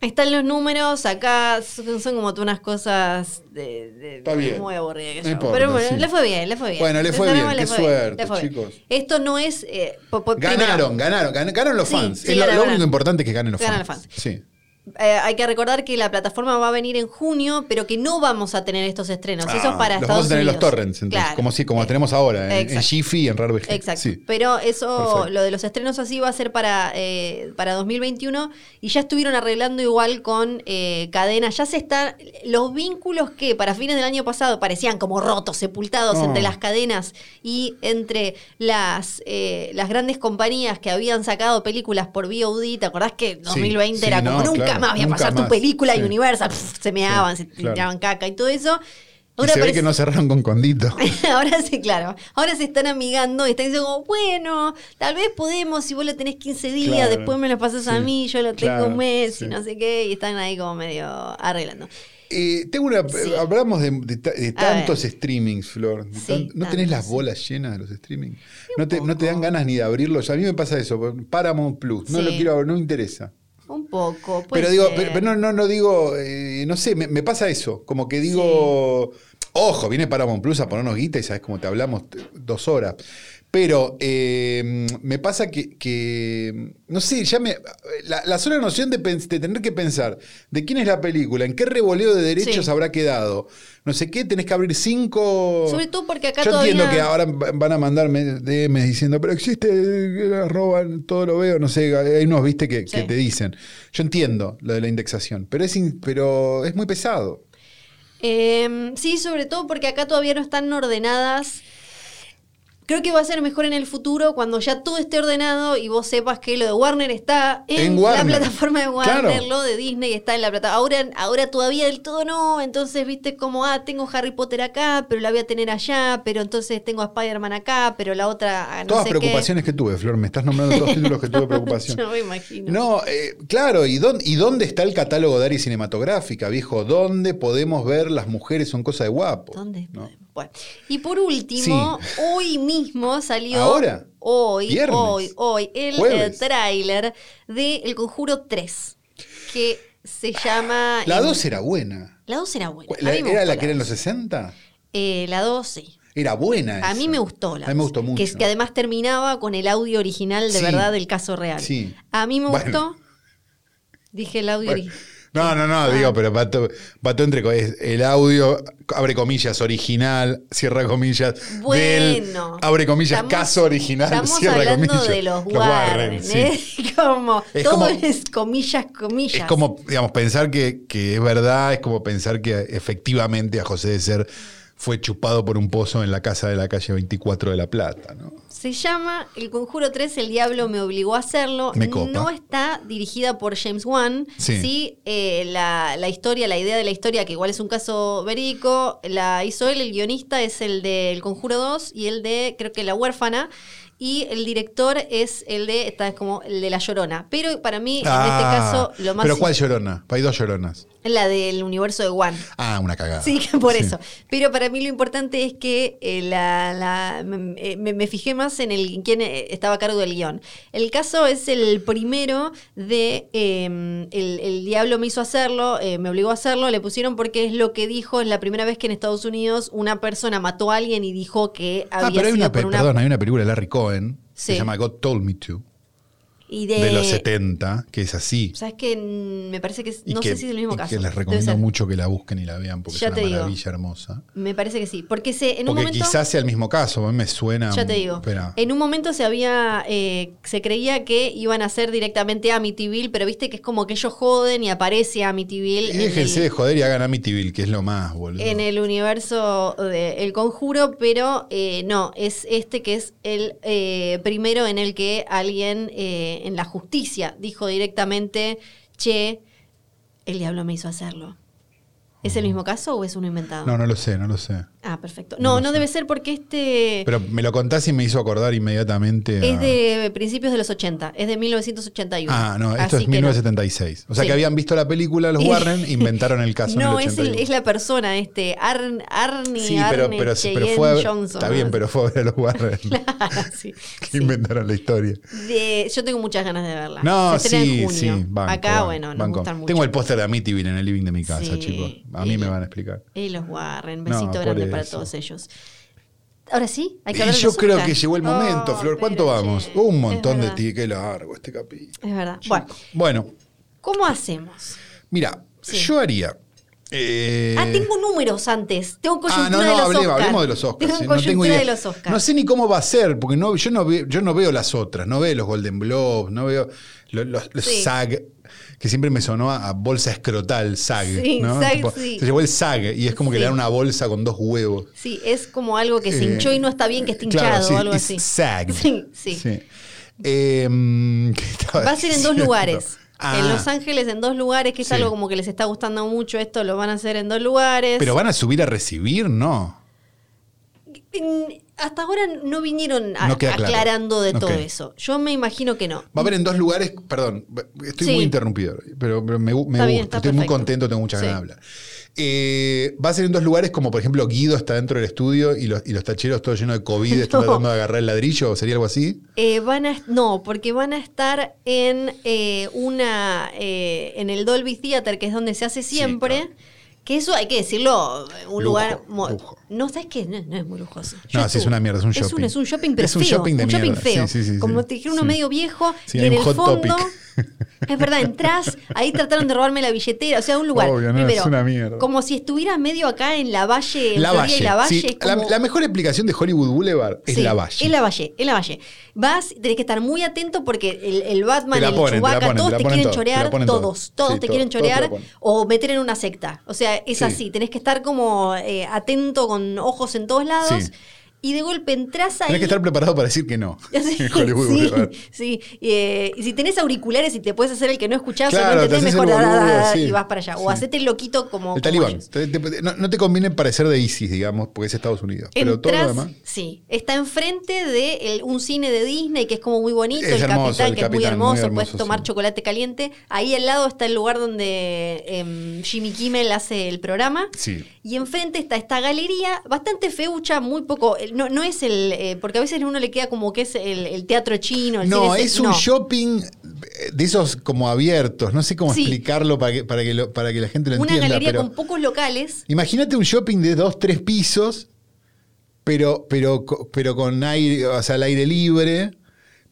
Están los números, acá son, son como tú unas cosas de, de- Está bien. muy aburridas que No yo. importa, Pero bueno, sí. le fue bien, le fue bien. Bueno, le fue Desde bien, luego qué suerte, chicos. Esto no es... eh, po- po- primero, Ganaron, ganaron, gan- ganaron los Sí, fans. sí, Es lo, ganaron, lo ganaron. único importante es que ganen los Ganan fans. los Sí. eh, hay que recordar que la plataforma va a venir en junio, pero que no vamos a tener estos estrenos. Eso es Ah, para los Estados vamos a tener en los Unidos. torrents, entonces, Claro. como, si, como Eh, tenemos ahora, en- en, exacto. Jiffy y en Rare VG. Exacto. Sí. Pero eso, Perfecto. lo de los estrenos así va a ser para, eh, para 2021 y ya estuvieron arreglando igual con eh, cadenas. Ya se están. Los vínculos que para fines del año pasado parecían como rotos, sepultados No. entre las cadenas y entre las, eh, las grandes compañías que habían sacado películas por VOD. ¿Te acordás que 2020 sí, era como no, nunca claro, más voy a nunca pasar tu más". película y Sí. Universal? pf, se meaban, Sí, se claro. tiraban caca y todo eso. Y se ve parece- que no cerraron con Condito. Ahora sí, claro. Ahora se están amigando y están diciendo, como, bueno, tal vez podemos, si vos lo tenés 15 días, Claro. después me lo pasas a Sí. mí, yo lo tengo Claro, un mes sí. y no sé qué, y están ahí como medio arreglando. Eh, tengo una, Sí. Hablamos de, de ta- de A tantos streamings, Flor. de Sí, tan- ¿No tenés tantos. las bolas llenas de los streamings? No te, no te dan ganas ni de abrirlos. A mí me pasa eso. con Paramount Plus. No Sí. lo quiero abrir, no me interesa. Un poco. puede Pero digo, ser. pero, pero no, no, no digo, eh, no sé, me, me pasa eso. Como que digo, ojo, viene Paramount Plus a ponernos guita y sabes cómo te hablamos t- dos horas. Pero eh, me pasa que, que, no sé, ya me. La, la sola noción de, pens- de tener que pensar de quién es la película, en qué revoleo de derechos Sí. habrá quedado, no sé qué, tenés que abrir cinco. Sobre todo porque acá Yo todavía. entiendo que ahora va- van a mandarme DMs diciendo, pero existe, eh, roban, todo lo veo, no sé, hay unos, viste, que, que Sí. te dicen. Yo entiendo lo de la indexación, pero es, in- pero es muy pesado. Eh, sí, sobre todo porque acá todavía no están ordenadas. Creo que va a ser mejor en el futuro cuando ya todo esté ordenado y vos sepas que lo de Warner está en, En la Warner. plataforma de Warner, Claro. lo de Disney está en la plataforma. Ahora, ahora todavía del todo no, entonces viste como, ah, tengo Harry Potter acá, pero la voy a tener allá, pero entonces tengo a Spider-Man acá, pero la otra, ah, no Todas sé preocupaciones que tuve, Flor, me estás nombrando todos títulos que qué. tuve preocupación. Yo me imagino. No, eh, claro, ¿y dónde, ¿y dónde está el catálogo de área cinematográfica, viejo? ¿Dónde podemos ver las mujeres son cosa de guapo? ¿Dónde? ¿No? Bueno. Y por último, hoy mismo salió. ¿Ahora? Hoy, Viernes. hoy, hoy, el eh, Jueves. tráiler de El Conjuro 3, que se llama... La en- 2 era buena. La 2 era buena. La- A mí me ¿Era la gustó que era en los 60? Eh, la 2, sí. Era buena. A mí esa. me gustó la A mí me 2, gustó mucho. Que, es- que además terminaba con el audio original de Sí. verdad del caso real. Sí. A mí me Bueno. gustó. Dije el audio Bueno, original. No, no, no, digo, pero pato, pato entre co- es el audio, abre comillas, original, cierra comillas. del- Bueno. abre comillas, Estamos- caso original, Estamos cierra hablando comillas. de los Warren, Warren, sí. ¿eh? Como, Es todo como- es comillas, comillas. Es como, digamos, pensar que, que es verdad, es como pensar que efectivamente a José de Ser fue chupado por un pozo en la casa de la calle 24 de La Plata, ¿no? Se llama El Conjuro 3, El Diablo me obligó a hacerlo. Me copa. No está dirigida por James Wan. Sí, Sí. eh, la, la historia, la idea de la historia, que igual es un caso verídico, la hizo él. El guionista es el de El Conjuro 2 y el de, creo que La Huérfana. Y el director es el de, está como el de La Llorona. Pero para mí, en Ah, este caso, lo más... Pero ¿cuál llorona? Hay dos lloronas. La del universo de Wan. Ah, una cagada. Sí, que por Sí. eso. Pero para mí lo importante es que eh, la, la- me, eh, me- me fijé más en el en quién eh, estaba a cargo del guión. El caso es el primero de eh, el, el diablo me hizo hacerlo, eh, me obligó a hacerlo, le pusieron porque es lo que dijo, es la primera vez que en Estados Unidos una persona mató a alguien y dijo que Ah, había pero hay sido una, pe- por una... perdón, hay una película de Larry Cohen Sí. que se llama God Told Me To. y de los 70, que es así. ¿Sabes que Me parece que... es- Y No que- sé si es el mismo y caso. Que les Debe recomiendo ser. mucho que la busquen y la vean porque Ya es te una digo. maravilla hermosa. Me parece que sí. Porque se, en un Porque momento... quizás sea el mismo caso, a mí me suena. Ya te digo. espera. En un momento se había, eh, se creía que iban a hacer directamente Amityville, pero viste que es como que ellos joden y aparece Amityville Y en déjense de el, joder y hagan Amityville, que es lo más, boludo. en el universo de El Conjuro, pero eh, no, es este que es el eh, primero en el que alguien eh, en la justicia dijo directamente, che, el diablo me hizo hacerlo. ¿Es el mismo caso o es uno inventado? No, no lo sé, no lo sé. Ah, perfecto. No, no, debe ser porque este Pero me lo contás y me hizo acordar inmediatamente. a- es de principios de los 80, es de 1981. Ah, no, esto Así es que no. 1976. O sea Sí. que habían visto la película los Y- Warren, inventaron el caso No, en el es, el- 81. es la persona, este, Arn- Arnie, Sí, pero, Arne pero, pero Cheyenne fue a ver- Johnson. Está bien, ¿no? pero fue a ver a los Warren sí, que sí. inventaron la historia. De- yo tengo muchas ganas de verla. No, Se estrena sí, en junio. sí. banco, Acá, banco, bueno, nos banco. gustan mucho. Tengo el póster de Amityville en el living de mi casa, Sí, chicos. A mí y- me van a explicar. Y los Warren, No, besito por grande para eso. todos ellos. Ahora sí, hay que Y hablar de yo los creo Oscars. que llegó el momento, Oh, Flor. ¿Cuánto pero, vamos? che, Un es montón de verdad, ti. Qué largo este capítulo. Es verdad. Bueno, Bueno, ¿cómo hacemos? mira, Sí. yo haría. eh, Ah, tengo números antes. Tengo Ah, coyuntura no, de no, los hablemos, Oscars. hablemos de los Oscars. sí, Tengo no, tengo coyuntura idea. de los Oscars. no sé ni cómo va a ser, porque no, yo, no veo, yo no veo las otras, no veo los Golden Globes, no veo los, los- los Sí. SAG, que siempre me sonó a, a bolsa escrotal, SAG. Sí, ¿no? SAG, sí. Se llevó el SAG y es como que Sí. le dan una bolsa con dos huevos. Sí, es como algo que se Eh, hinchó y no está bien que esté hinchado claro, sí, o algo it's así. SAG. Sí, sí. Eh, ¿qué estaba Va a ser en dos diciendo? lugares. Ah, En Los Ángeles, en dos lugares, que es Sí. algo como que les está gustando mucho esto, lo van a hacer en dos lugares. Pero van a subir a recibir, ¿no? En- hasta ahora no vinieron a- No queda claro. aclarando de todo Ok. eso. Yo me imagino que no. Va a haber en dos lugares, perdón, estoy Sí. muy interrumpido, pero, pero me, gu- me Está gusta, bien, está estoy muy perfecto. contento, tengo muchas Sí. ganas de hablar. Eh, va a ser en dos lugares, como por ejemplo Guido está dentro del estudio y los, y los tacheros todos llenos de COVID están No. tratando de agarrar el ladrillo, ¿sería algo así? Eh, van a, no, porque van a estar en eh, una eh, en el Dolby Theater, que es donde se hace siempre. claro. Que eso hay que decirlo, eh, un Lujo, lugar. mo- lujo. No, ¿sabes qué? No, no es muy lujoso. No, sí, es una mierda, es un Es un, shopping. es un shopping, pero Es un feo, shopping de un shopping mierda, feo. sí, sí, sí, Como sí. te dijeron, uno Sí. medio viejo. Sí, y hay en un el Hot fondo. Topic. Es verdad, entras, ahí trataron de robarme la billetera. O sea, un lugar. Obvio, no, es primero, una mierda. Como si estuviera medio acá en la valle. en la Florida y Valle. La valle. sí. es la, como- la mejor explicación de Hollywood Boulevard es Sí, la Valle. Es la valle, es la valle. Vas, tenés que estar muy atento porque el, el Batman, Te la el ponen, te la Chewbacca, ponen, todos te la te, ponen quieren todos, te chorear, la ponen todos, todos. todos, Sí, te todos, quieren todos te la chorear ponen. o meter en una secta. O sea, es Sí. así, tenés que estar como eh, atento con ojos en todos lados Sí. y de golpe entras ahí. Tenés que estar preparado para decir que no. Sí, en Hollywood sí, Boulevard. sí. Y, eh, y si tenés auriculares y te puedes hacer el que no escuchás, Claro, o no te haces entendés el mejor boludo, ah, ah, ah, sí. y vas para allá. Sí. O hacete el loquito como. El como talibán. ellos. Te- te- no, no te conviene parecer de ISIS, digamos, porque es Estados Unidos. pero todo lo Entrás- demás. Sí, está enfrente de el- un cine de Disney que es como muy bonito, Es el hermoso, Capitán el que es muy Capitán, muy hermoso, puedes hermoso, tomar sí. chocolate caliente. Ahí al lado está el lugar donde em, Jimmy Kimmel hace el programa. Sí. Y enfrente está esta galería, bastante feucha, muy poco. eh, No, no es el. eh, porque a veces a uno le queda como que es el, el teatro chino. el No, cine ese- es un no. shopping eh, de esos como abiertos. No sé cómo Sí. explicarlo para que, para, que lo- para que la gente lo Una entienda. galería pero con pocos locales. Imagínate un shopping de dos, tres pisos, pero, pero, co- pero con aire, o sea, al aire libre,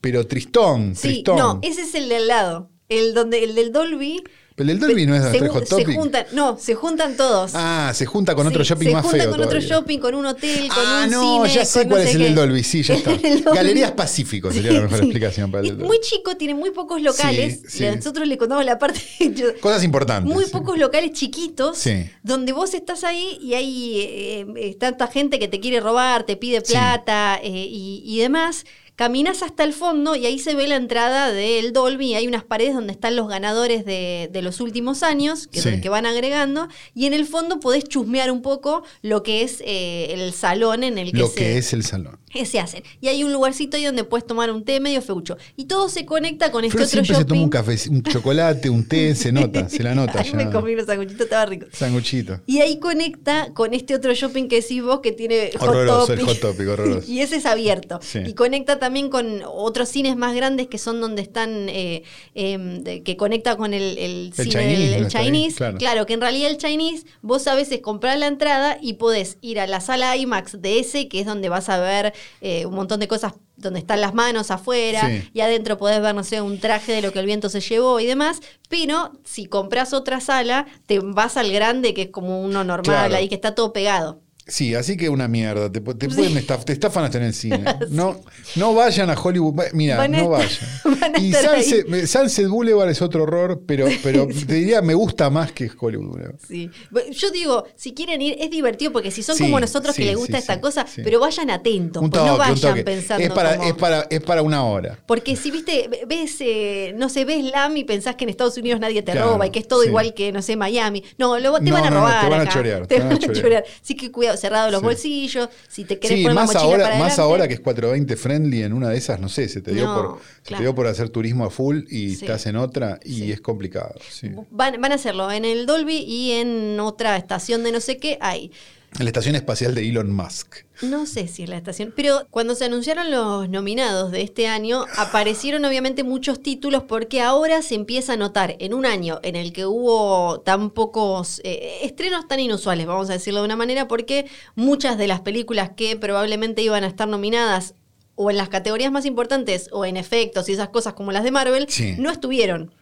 pero tristón, Sí, tristón. no, ese es el de al lado. El, donde, el del Dolby. Pero el del Dolby no es de se, tres ju- Hot se Topic. juntan, no, se juntan todos. Ah, se junta con otro Sí, shopping se más junta feo con otro todavía. shopping, con un hotel, con ah, un no, cine, ya sé con cuál no es sé el del qué. Dolby, sí, ya está. El Dolby. Galerías Pacífico sería la mejor Sí. explicación para el Es Dolby. Muy chico, tiene muy pocos locales. Sí, sí. Nosotros le contamos la parte yo- Cosas importantes. Muy sí. pocos locales chiquitos Sí. donde vos estás ahí y hay eh, eh, tanta gente que te quiere robar, te pide Sí. plata eh, y, y demás. Caminas hasta el fondo y ahí se ve la entrada del Dolby. Hay unas paredes donde están los ganadores de, de los últimos años que, Sí. que van agregando. Y en el fondo podés chusmear un poco lo que es eh, el salón en el que Lo se, que es el salón. que se hacen. Y hay un lugarcito ahí donde puedes tomar un té medio feucho. Y todo se conecta con este Flor otro siempre se toma shopping. un café, un chocolate, un té, se nota, se la nota Ay, ya. me comí unos sanguchitos, estaba rico. Sanguchito. Y ahí conecta con este otro shopping que decís vos que tiene Hot Horroroso, Topic. el Hot Topic, horroroso. Y ese es abierto. Sí. Y conecta también con otros cines más grandes que son donde están, eh, em, de- que conecta con el, el cine Chinese, del- el ¿no? Está ahí, Chinese. claro. claro. que en realidad el Chinese, vos a veces comprás la entrada y podés ir a la sala IMAX de ese, que es donde vas a ver eh, un montón de cosas donde están las manos afuera Sí. y adentro podés ver, no sé, un traje de lo que el viento se llevó y demás. Pero si compras otra sala, te vas al grande, que es como uno normal Claro. ahí, que está todo pegado. Sí, así que una mierda. Te, pu- te Sí. pueden estaf- te estafan hasta en el cine. No, no vayan a Hollywood. Va- Mira, Van a no estar- vayan. van a y estar ahí. Sunset, me- Sunset Boulevard es otro horror, pero, pero te diría me gusta más que Hollywood Boulevard. Sí. Bu- Yo digo, si quieren ir, es divertido porque si son Sí, como nosotros sí, que les gusta sí, esta sí, cosa, sí. pero vayan atentos, Un pues, toque, no un vayan toque. pensando. Es para, como- es, para, es para una hora. Porque si viste, ve- ves, eh, no sé, ves Slam y pensás que en Estados Unidos nadie te Claro, roba y que es todo sí. igual que, no sé, Miami. No, lo, te No, van a no, no, robar. te van a acá. chorear, Te van a chorear. Así que cuidado, cerrado los Sí. bolsillos. Si te querés Sí, poner más la mochila ahora, para más adelante. ahora que es 420 friendly en una de esas, no sé, se te dio, No, por, se te claro. dio por hacer turismo a full y Sí. estás en otra y Sí. es complicado. sí. Van, van a hacerlo en el Dolby y en otra estación de no sé qué hay. En la estación espacial de Elon Musk. No sé si es la estación, pero cuando se anunciaron los nominados de este año, aparecieron obviamente muchos títulos porque ahora se empieza a notar en un año en el que hubo tan pocos eh, estrenos tan inusuales, vamos a decirlo de una manera, porque muchas de las películas que probablemente iban a estar nominadas o en las categorías más importantes o en efectos y esas cosas como las de Marvel, Sí. no estuvieron.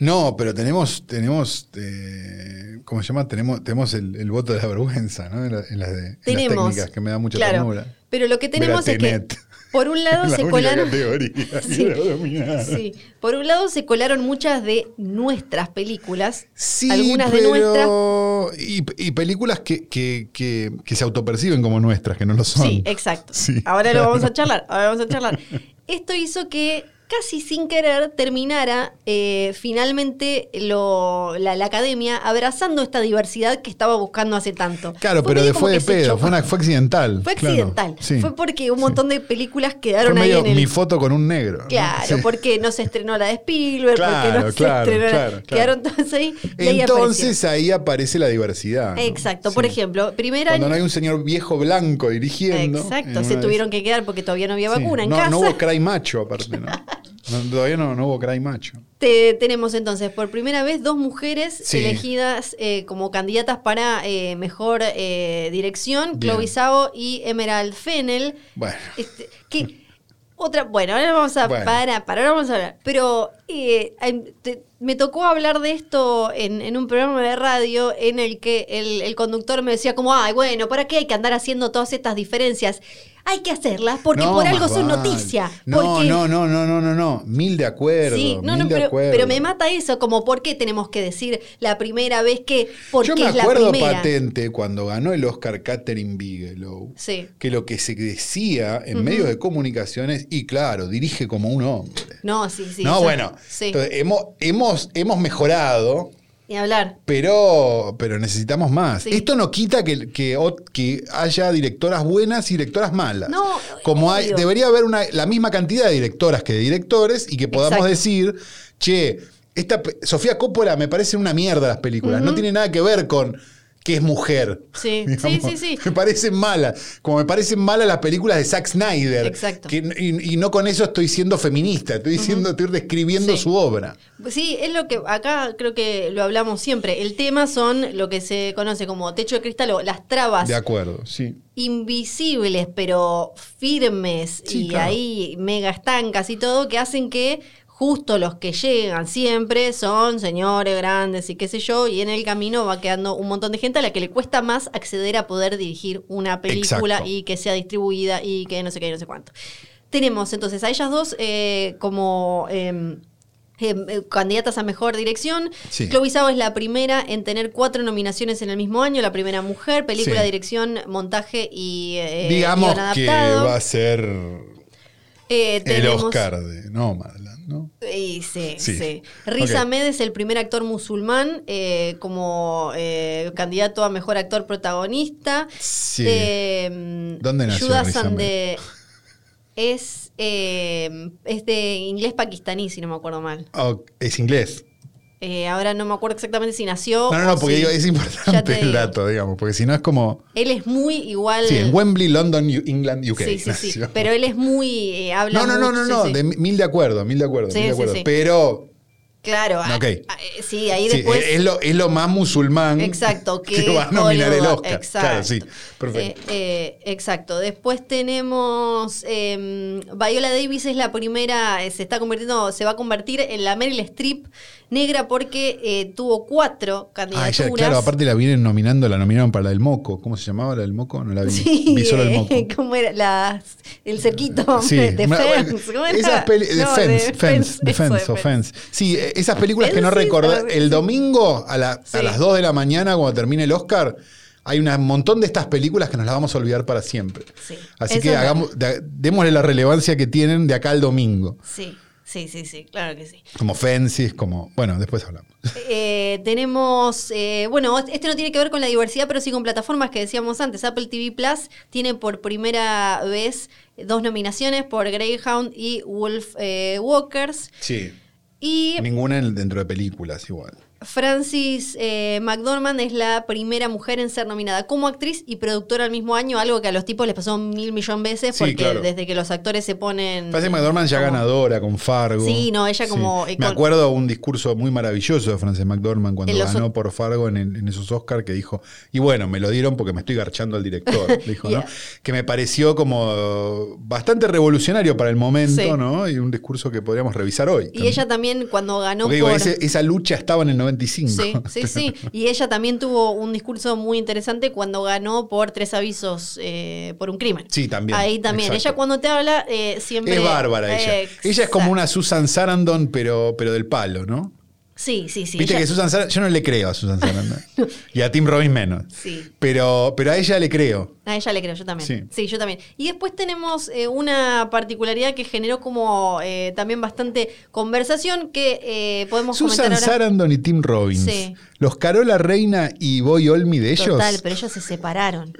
No, pero tenemos, tenemos, eh, ¿cómo se llama? Tenemos, tenemos el, el voto de la vergüenza, ¿no? En, la- en las de- en Tenemos. las técnicas, que me da mucha claro, ternura. Pero lo que tenemos es que, Tenet. por un lado, la se única colaron... categoría que Sí. era dominada. Sí, por un lado se colaron muchas de nuestras películas, Sí, algunas de nuestras. pero... Y, y películas que, que, que, que se autoperciben como nuestras, que no lo son. Sí, exacto. Sí, ahora claro. lo vamos a charlar, ahora vamos a charlar. Esto hizo que casi sin querer terminara eh, finalmente lo- la, la academia abrazando esta diversidad que estaba buscando hace tanto. Claro, Fue pero medio le como fue de que se pedo, chocó. fue, una- fue accidental. Fue claro. accidental, Sí. fue porque un montón de películas quedaron Fue ahí medio en el... mi foto con un negro. Claro, Sí. porque no se estrenó la de Spielberg, porque Claro, no claro, se estrenó la- claro, claro. Quedaron todas ahí. y ahí apareció. Entonces ahí aparece la diversidad. ¿no? Exacto, Sí. por ejemplo, primer Cuando año. no hay un señor viejo blanco dirigiendo. Exacto, se tuvieron que quedar porque todavía no había vacuna en no, casa. No hubo cray macho, aparte, ¿no? No, todavía no, no hubo cray macho. Te- tenemos entonces por primera vez dos mujeres Sí. elegidas eh, como candidatas para eh, mejor eh, dirección, Bien. Chloe Zhao y Emerald Fennel. Bueno. Este, que otra, bueno, ahora vamos a Bueno. para, para, ahora vamos a hablar. Pero eh, em, te- me tocó hablar de esto en, en un programa de radio en el que el, el conductor me decía como, ay, bueno, ¿para qué hay que andar haciendo todas estas diferencias? Hay que hacerlas porque No, por más algo son vale. noticia. No, porque- no, no, no, no, no, no. Mil de acuerdo. Sí, no, mil no, de pero, acuerdo. pero me mata eso, como por qué tenemos que decir la primera vez que, porque Yo me es la acuerdo primera. patente cuando ganó el Oscar Catherine Bigelow. Sí. Que lo que se decía en medios de comunicaciones, y claro, dirige como un hombre. No, sí, sí. no, eso- bueno. Sí. entonces, hemos, hemos, hemos mejorado. Ni hablar. Pero, pero necesitamos más. Sí. Esto no quita que, que, o- que haya directoras buenas y directoras malas. No, Como hay, obvio. debería haber una, la misma cantidad de directoras que de directores y que podamos Exacto. decir, che, esta pe- Sofía Coppola me parece una mierda las películas. No tiene nada que ver con que es mujer. Sí, Digamos, sí, sí, sí. Me parecen malas. Como me parecen malas las películas de Zack Snyder. Exacto. Que- y, y no con eso estoy siendo feminista. Estoy diciendo, estoy describiendo Sí. su obra. Pues Sí, es lo que acá creo que lo hablamos siempre. El tema son lo que se conoce como techo de cristal o las trabas De acuerdo, sí. invisibles pero firmes Sí, y claro. ahí mega estancas y todo que hacen que justo los que llegan siempre son señores grandes y qué sé yo y en el camino va quedando un montón de gente a la que le cuesta más acceder a poder dirigir una película Exacto. y que sea distribuida y que no sé qué y no sé cuánto. Tenemos entonces a ellas dos eh, como em, em, eh, candidatas a mejor dirección. Sí. Chloe Zhao es la primera en tener cuatro nominaciones en el mismo año, la primera mujer, película, Sí. dirección, montaje y eh, Digamos guion que adaptado. va a ser Eh, el tenemos- Oscar de Nomadland, ¿no? Y sí, Sí. sí. Riz Ok. Ahmed es el primer actor musulmán eh, como eh, candidato a mejor actor protagonista. Sí. Eh, ¿Dónde nació Judas Riz and Ahmed? the- es, eh, es de inglés pakistaní, si no me acuerdo mal. Oh, es inglés. Eh, ahora no me acuerdo exactamente si nació. No, no, no, o porque si- digo, es Oh, Ya te importante el digo. dato, digamos, porque si no es como. Él es muy igual. Sí, en Wembley, London, U- England, UK. sí, sí, sí. nació. Pero él es muy. eh, habla no, no, no, mucho, no, sí, no, sí. de mi- mil de acuerdo, mil de acuerdo, Sí, mil de sí, acuerdo. sí. Pero Claro, ah, Ok. ah, eh, sí, ahí Sí, después. es, lo, es lo más musulmán Exacto, que, que, va a nominar el Hollywood, Oscar. Claro, sí, perfecto. Eh, eh, exacto. Después tenemos eh, Viola Davis es la primera, eh, se está convirtiendo, se va a convertir en la Meryl Streep negra porque eh, tuvo cuatro Ah, candidaturas. ella, claro, aparte la vienen nominando, la nominaron para la del Moco. ¿Cómo se llamaba la del Moco? No la vi. Sí, vi solo el Moco. Eh, eh, ¿cómo era? Las- el cerquito Sí, de una- Fence. ¿cómo era? esas peli- de No, Fence, de Fence, de eso, Fence, de o Fence. Sí, eh, esas películas que no Fence, recordé. tal vez, El sí. domingo a, la- Sí. a las 2 de la mañana, cuando termine el Oscar, hay un montón de estas películas que nos las vamos a olvidar para siempre. Sí, Así eso que es hagamos, da- démosle la relevancia que tienen de acá al domingo. Sí, sí, sí, sí, claro que sí. Como Fences, como. Bueno, después hablamos. Eh, tenemos, eh, bueno, este no tiene que ver con la diversidad, pero sí con plataformas que decíamos antes. Apple TV Plus tiene por primera vez eh, dos nominaciones por Greyhound y Wolf eh, Walkers. Sí. Y Ninguna en- dentro de películas, igual. Francis eh, McDormand es la primera mujer en ser nominada como actriz y productora al mismo año, algo que a los tipos les pasó mil millón veces Sí, porque claro. desde que los actores se ponen... Frances McDormand ya como- ganadora con Fargo. Sí, no, ella como- y Me con- acuerdo un discurso muy maravilloso de Frances McDormand cuando En los- ganó por Fargo en, en esos Oscar que dijo, y bueno, me lo dieron porque me estoy garchando al director, dijo, ¿no? Yeah. Que me pareció como bastante revolucionario para el momento, Sí. ¿no? Y un discurso que podríamos revisar hoy. Y ella también cuando ganó Porque digo, por... ese- esa lucha estaba en el 95. Sí, sí, sí. Y ella también tuvo un discurso muy interesante cuando ganó por tres avisos eh, por un crimen. Sí, también, Ahí también. exacto. Ella cuando te habla eh, siempre... Es bárbara ella. Ella es como una Susan Sarandon, pero, pero del palo, ¿no? Sí, sí, sí. Viste ella- que Susan Sarandon, yo no le creo a Susan Sarandon. y a Tim Robbins menos. Sí. Pero, pero a ella le creo. A ella le creo, yo también. Sí. Sí, yo también. Y después tenemos eh, una particularidad que generó como eh, también bastante conversación que eh, podemos Susan comentar ahora. Sarandon y Tim Robbins. Sí. Los Carola Reina y Boy Olmi de ellos. Total, pero ellos se separaron.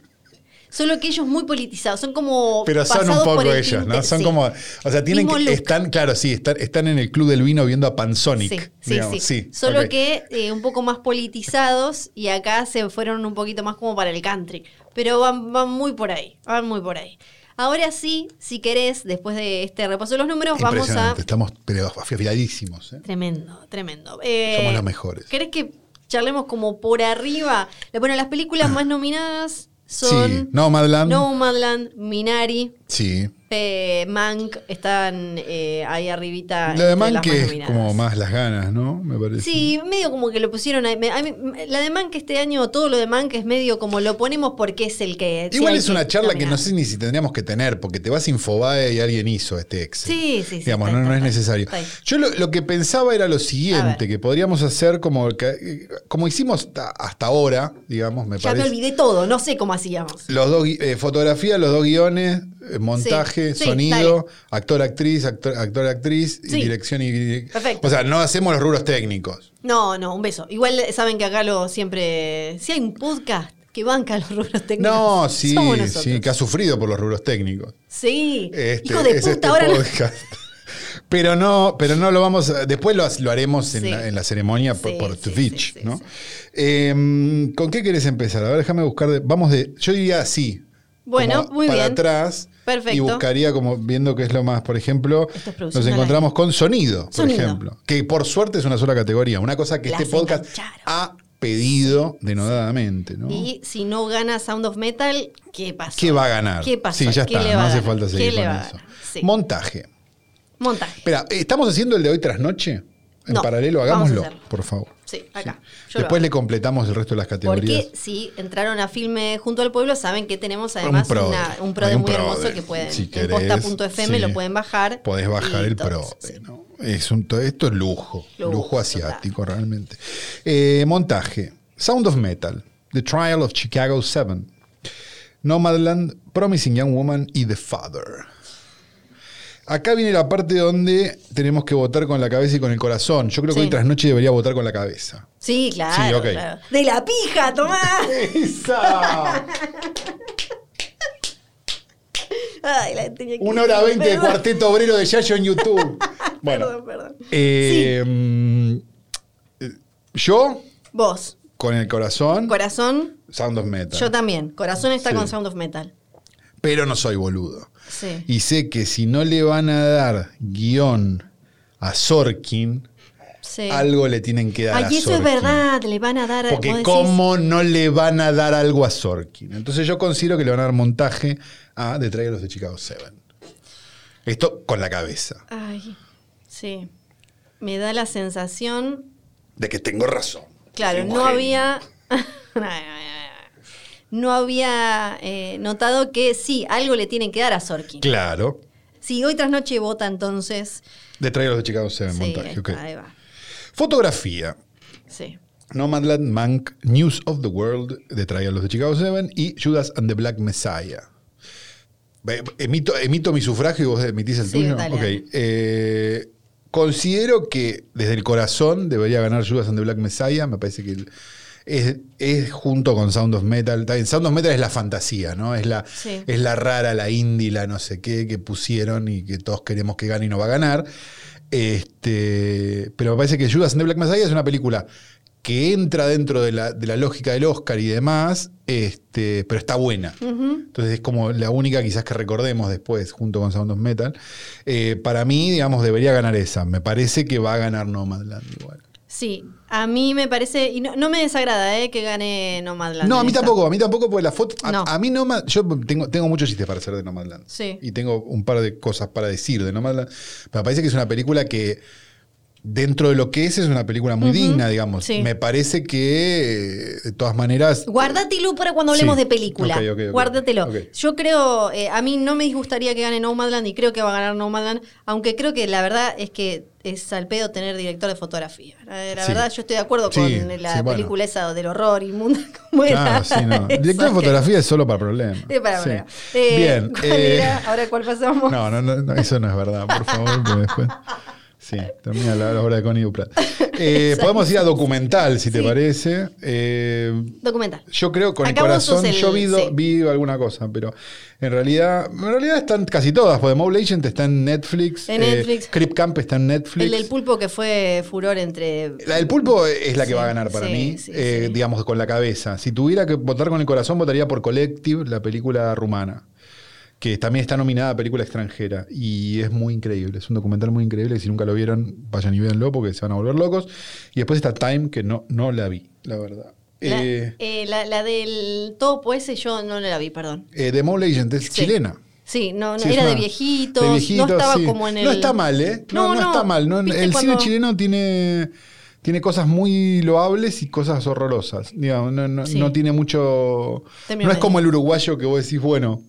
Solo que ellos muy politizados, son como pero son un pasados por poco el ellos, ¿no? tinte, Son sí. como. O sea, tienen Mismo que. look. Están, claro, sí, están, están en el Club del Vino viendo a Panzonic. Sí, sí, digamos, sí. Solo ok. que eh, un poco más politizados y acá se fueron un poquito más como para el country. Pero van, van muy por ahí, van muy por ahí. Ahora sí, si querés, después de este repaso de los números, vamos a... Impresionante, estamos pero afiladísimos. ¿eh? Tremendo, tremendo. Eh, Somos los mejores. ¿Querés que charlemos como por arriba? Bueno, las películas más nominadas Sí, son Nomadland. Nomadland, Minari, Sí. eh, Mank, están eh, ahí arribita. Lo de entre las Mank más es nominadas. como más las ganas, ¿no? Me parece. Sí, medio como que lo pusieron ahí. Me- a mí- la de Mank este año, todo lo de Mank es medio como lo ponemos porque es el que. Igual sí, es hay una que charla que no nominar. sé ni si tendríamos que tener, porque te vas a Infobae y alguien hizo este Excel. Sí, sí, sí, Digamos, está, no, no está, es está, necesario. está ahí. Yo lo, lo que pensaba era lo A siguiente, ver. que podríamos hacer como, que- como hicimos ta- hasta ahora, digamos, me Ya me parece. olvidé todo, no sé cómo hacíamos. Los dos, gui- eh, fotografía, los dos guiones, eh, montaje, Sí, sí, sonido, actor, actriz, actor, actor, actriz, y Sí. dirección y... direc- Perfecto. O sea, no hacemos los rubros técnicos. No, no, un beso. Igual eh, saben que acá lo siempre. Si hay un podcast que banca los rubros técnicos. No, sí, somos nosotros. sí, que ha sufrido por los rubros técnicos. Sí. Este, Hijo de es puta, este ahora. no- podcast. Pero no, pero no lo vamos a- Después lo, lo haremos en, Sí. la, en la ceremonia por, Sí, por sí, Twitch, sí, sí, ¿no? sí. Eh, ¿Con qué querés empezar? A ver, déjame buscar. de- vamos de. Yo diría así. Bueno, como muy para bien. atrás. Perfecto. Y buscaría como viendo qué es lo más. Por ejemplo, Esto es producción nos al encontramos con sonido, por Sonido. ejemplo. Que por suerte es una sola categoría. Una cosa que Las este podcast engancharon. ha pedido denodadamente, ¿no? Y si no gana Sound of Metal, ¿qué pasa? ¿Qué va a ganar? ¿Qué pasa? Sí, ya ¿Qué está. le va No a hace ganar? falta ¿Qué seguir le con va a eso. ganar? Sí. Montaje. Montaje. Espera, eh, ¿estamos haciendo el de hoy tras noche? En No, paralelo, vamos a hagámoslo, hacerlo. por favor. Sí, acá. Sí. Yo lo Después hago. le completamos el resto de las categorías. Porque si entraron a Filme Junto al Pueblo, saben que tenemos además prode. una- un Hay prode un muy prode. hermoso que pueden Si en querés, posta.fm sí. lo pueden bajar. Podés bajar y el todo pro. eso, sí. ¿no? Es un, to- esto es lujo, lujo, Lujo, asiático realmente. Eh, montaje, Sound of Metal, The Trial of Chicago 7, Nomadland, Promising Young Woman y The Father. Acá viene la parte donde tenemos que votar con la cabeza y con el corazón. Yo creo que Sí. hoy tras noche debería votar con la cabeza. Sí, claro. Sí, ok. claro. De la pija, tomá. ¡Esa! Ay, la tenía que Una hora decir, veinte de perdón. Cuarteto Obrero de Yayo en YouTube. Bueno, Perdón, perdón. eh, mm, eh, yo Vos, con el corazón, corazón, Sound of Metal. yo también. Corazón está Sí. con Sound of Metal. pero no soy boludo. Sí. Y sé que si no le van a dar guión a Sorkin, Sí. algo le tienen que dar a Ay, eso es Sorkin. verdad, le van a dar. vos Porque decís, cómo no le van a dar algo a Sorkin. Entonces yo considero que le van a dar montaje a The Trailers de Chicago 7. Esto con la cabeza. Ay, sí. Me da la sensación De que tengo razón. Claro, Soy un no genio. había. no había eh, notado que sí, algo le tienen que dar a Sorkin. Claro. Si hoy tras noche vota, entonces. The Trailers de Chicago 7, sí, ahí montaje. ok. está, ahí va. Fotografía. Sí. Nomadland, Mank, News of the World, de Trailers de Chicago 7 y Judas and the Black Messiah. Ve- Emito, emito mi sufragio y vos emitís el Sí, tuyo. dale, Ok. dale. Eh, considero que desde el corazón debería ganar Judas and the Black Messiah. Me parece que el- es, es junto con Sound of Metal. También Sound of Metal es la fantasía, ¿no? Es la, Sí. es la rara, la indie, la no sé qué que pusieron y que todos queremos que gane y no va a ganar. Este, pero me parece que Judas and the Black Messiah es una película que entra dentro de la, de la lógica del Oscar y demás, este, pero está buena. Ujú. Entonces es como la única quizás que recordemos después, junto con Sound of Metal. Eh, para mí, digamos, debería ganar esa. Me parece que va a ganar Nomadland igual. Sí, a mí me parece. Y no, no me desagrada eh, que gane Nomadland. No, a mí Esa. tampoco, a mí tampoco, porque la foto... A, No. a mí Nomad... Yo tengo, tengo muchos chistes para hacer de Nomadland. Sí. Y tengo un par de cosas para decir de Nomadland. Pero me parece que es una película que... Dentro de lo que es, es una película muy Ujú. digna, digamos. Sí. Me parece que, eh, de todas maneras, Guárdatelo para cuando hablemos Sí. de película. Ok, ok, ok. Guárdatelo. Ok. Yo creo, eh, a mí no me disgustaría que gane Nomadland y creo que va a ganar Nomadland, aunque creo que la verdad es que es al pedo tener director de fotografía. Eh, La Sí. verdad, yo estoy de acuerdo Sí, con sí, la bueno. película esa del horror inmunda como era. Claro, sí, no. Director de Esa que- fotografía es solo para problemas. Sí, para, Sí. para. Eh, Bien. ¿Cuál eh, era? Ahora, ¿cuál pasamos? No, no, no, no, eso no es verdad, por favor, porque después. Sí, termina la, la obra de Connie Duprat. Eh, Exacto. podemos ir a documental, si te Sí. parece. Eh, Documental. yo creo con el Acá vos corazón, sos el- yo vi, do- sí. vi alguna cosa, pero en realidad, en realidad están casi todas, porque Mobile Agent está en Netflix, En Netflix. Crip Camp está en Netflix. El del pulpo que fue furor entre. La del pulpo es la que Sí, va a ganar para sí, mí, sí, eh, sí. digamos, con la cabeza. Si tuviera que votar con el corazón, votaría por Collective, la película rumana, que también está nominada a película extranjera. Y es muy increíble, es un documental muy increíble. Si nunca lo vieron, vayan y véanlo porque se van a volver locos. Y después está Time, que no, no la vi, la verdad. La, Eh, eh, la- la del topo ese yo no la vi, perdón. eh, The Mole Agent es Sí. chilena. Sí, no, no, Sí, es era de una- viejitos, de viejitos, no estaba sí. como en el... No está mal, ¿eh? No, no, está mal. no, ¿Viste el cine cuando- chileno tiene, tiene cosas muy loables y cosas horrorosas. Digamos, no, no- Sí. no tiene mucho... Término no es medio. como el uruguayo que vos decís, bueno,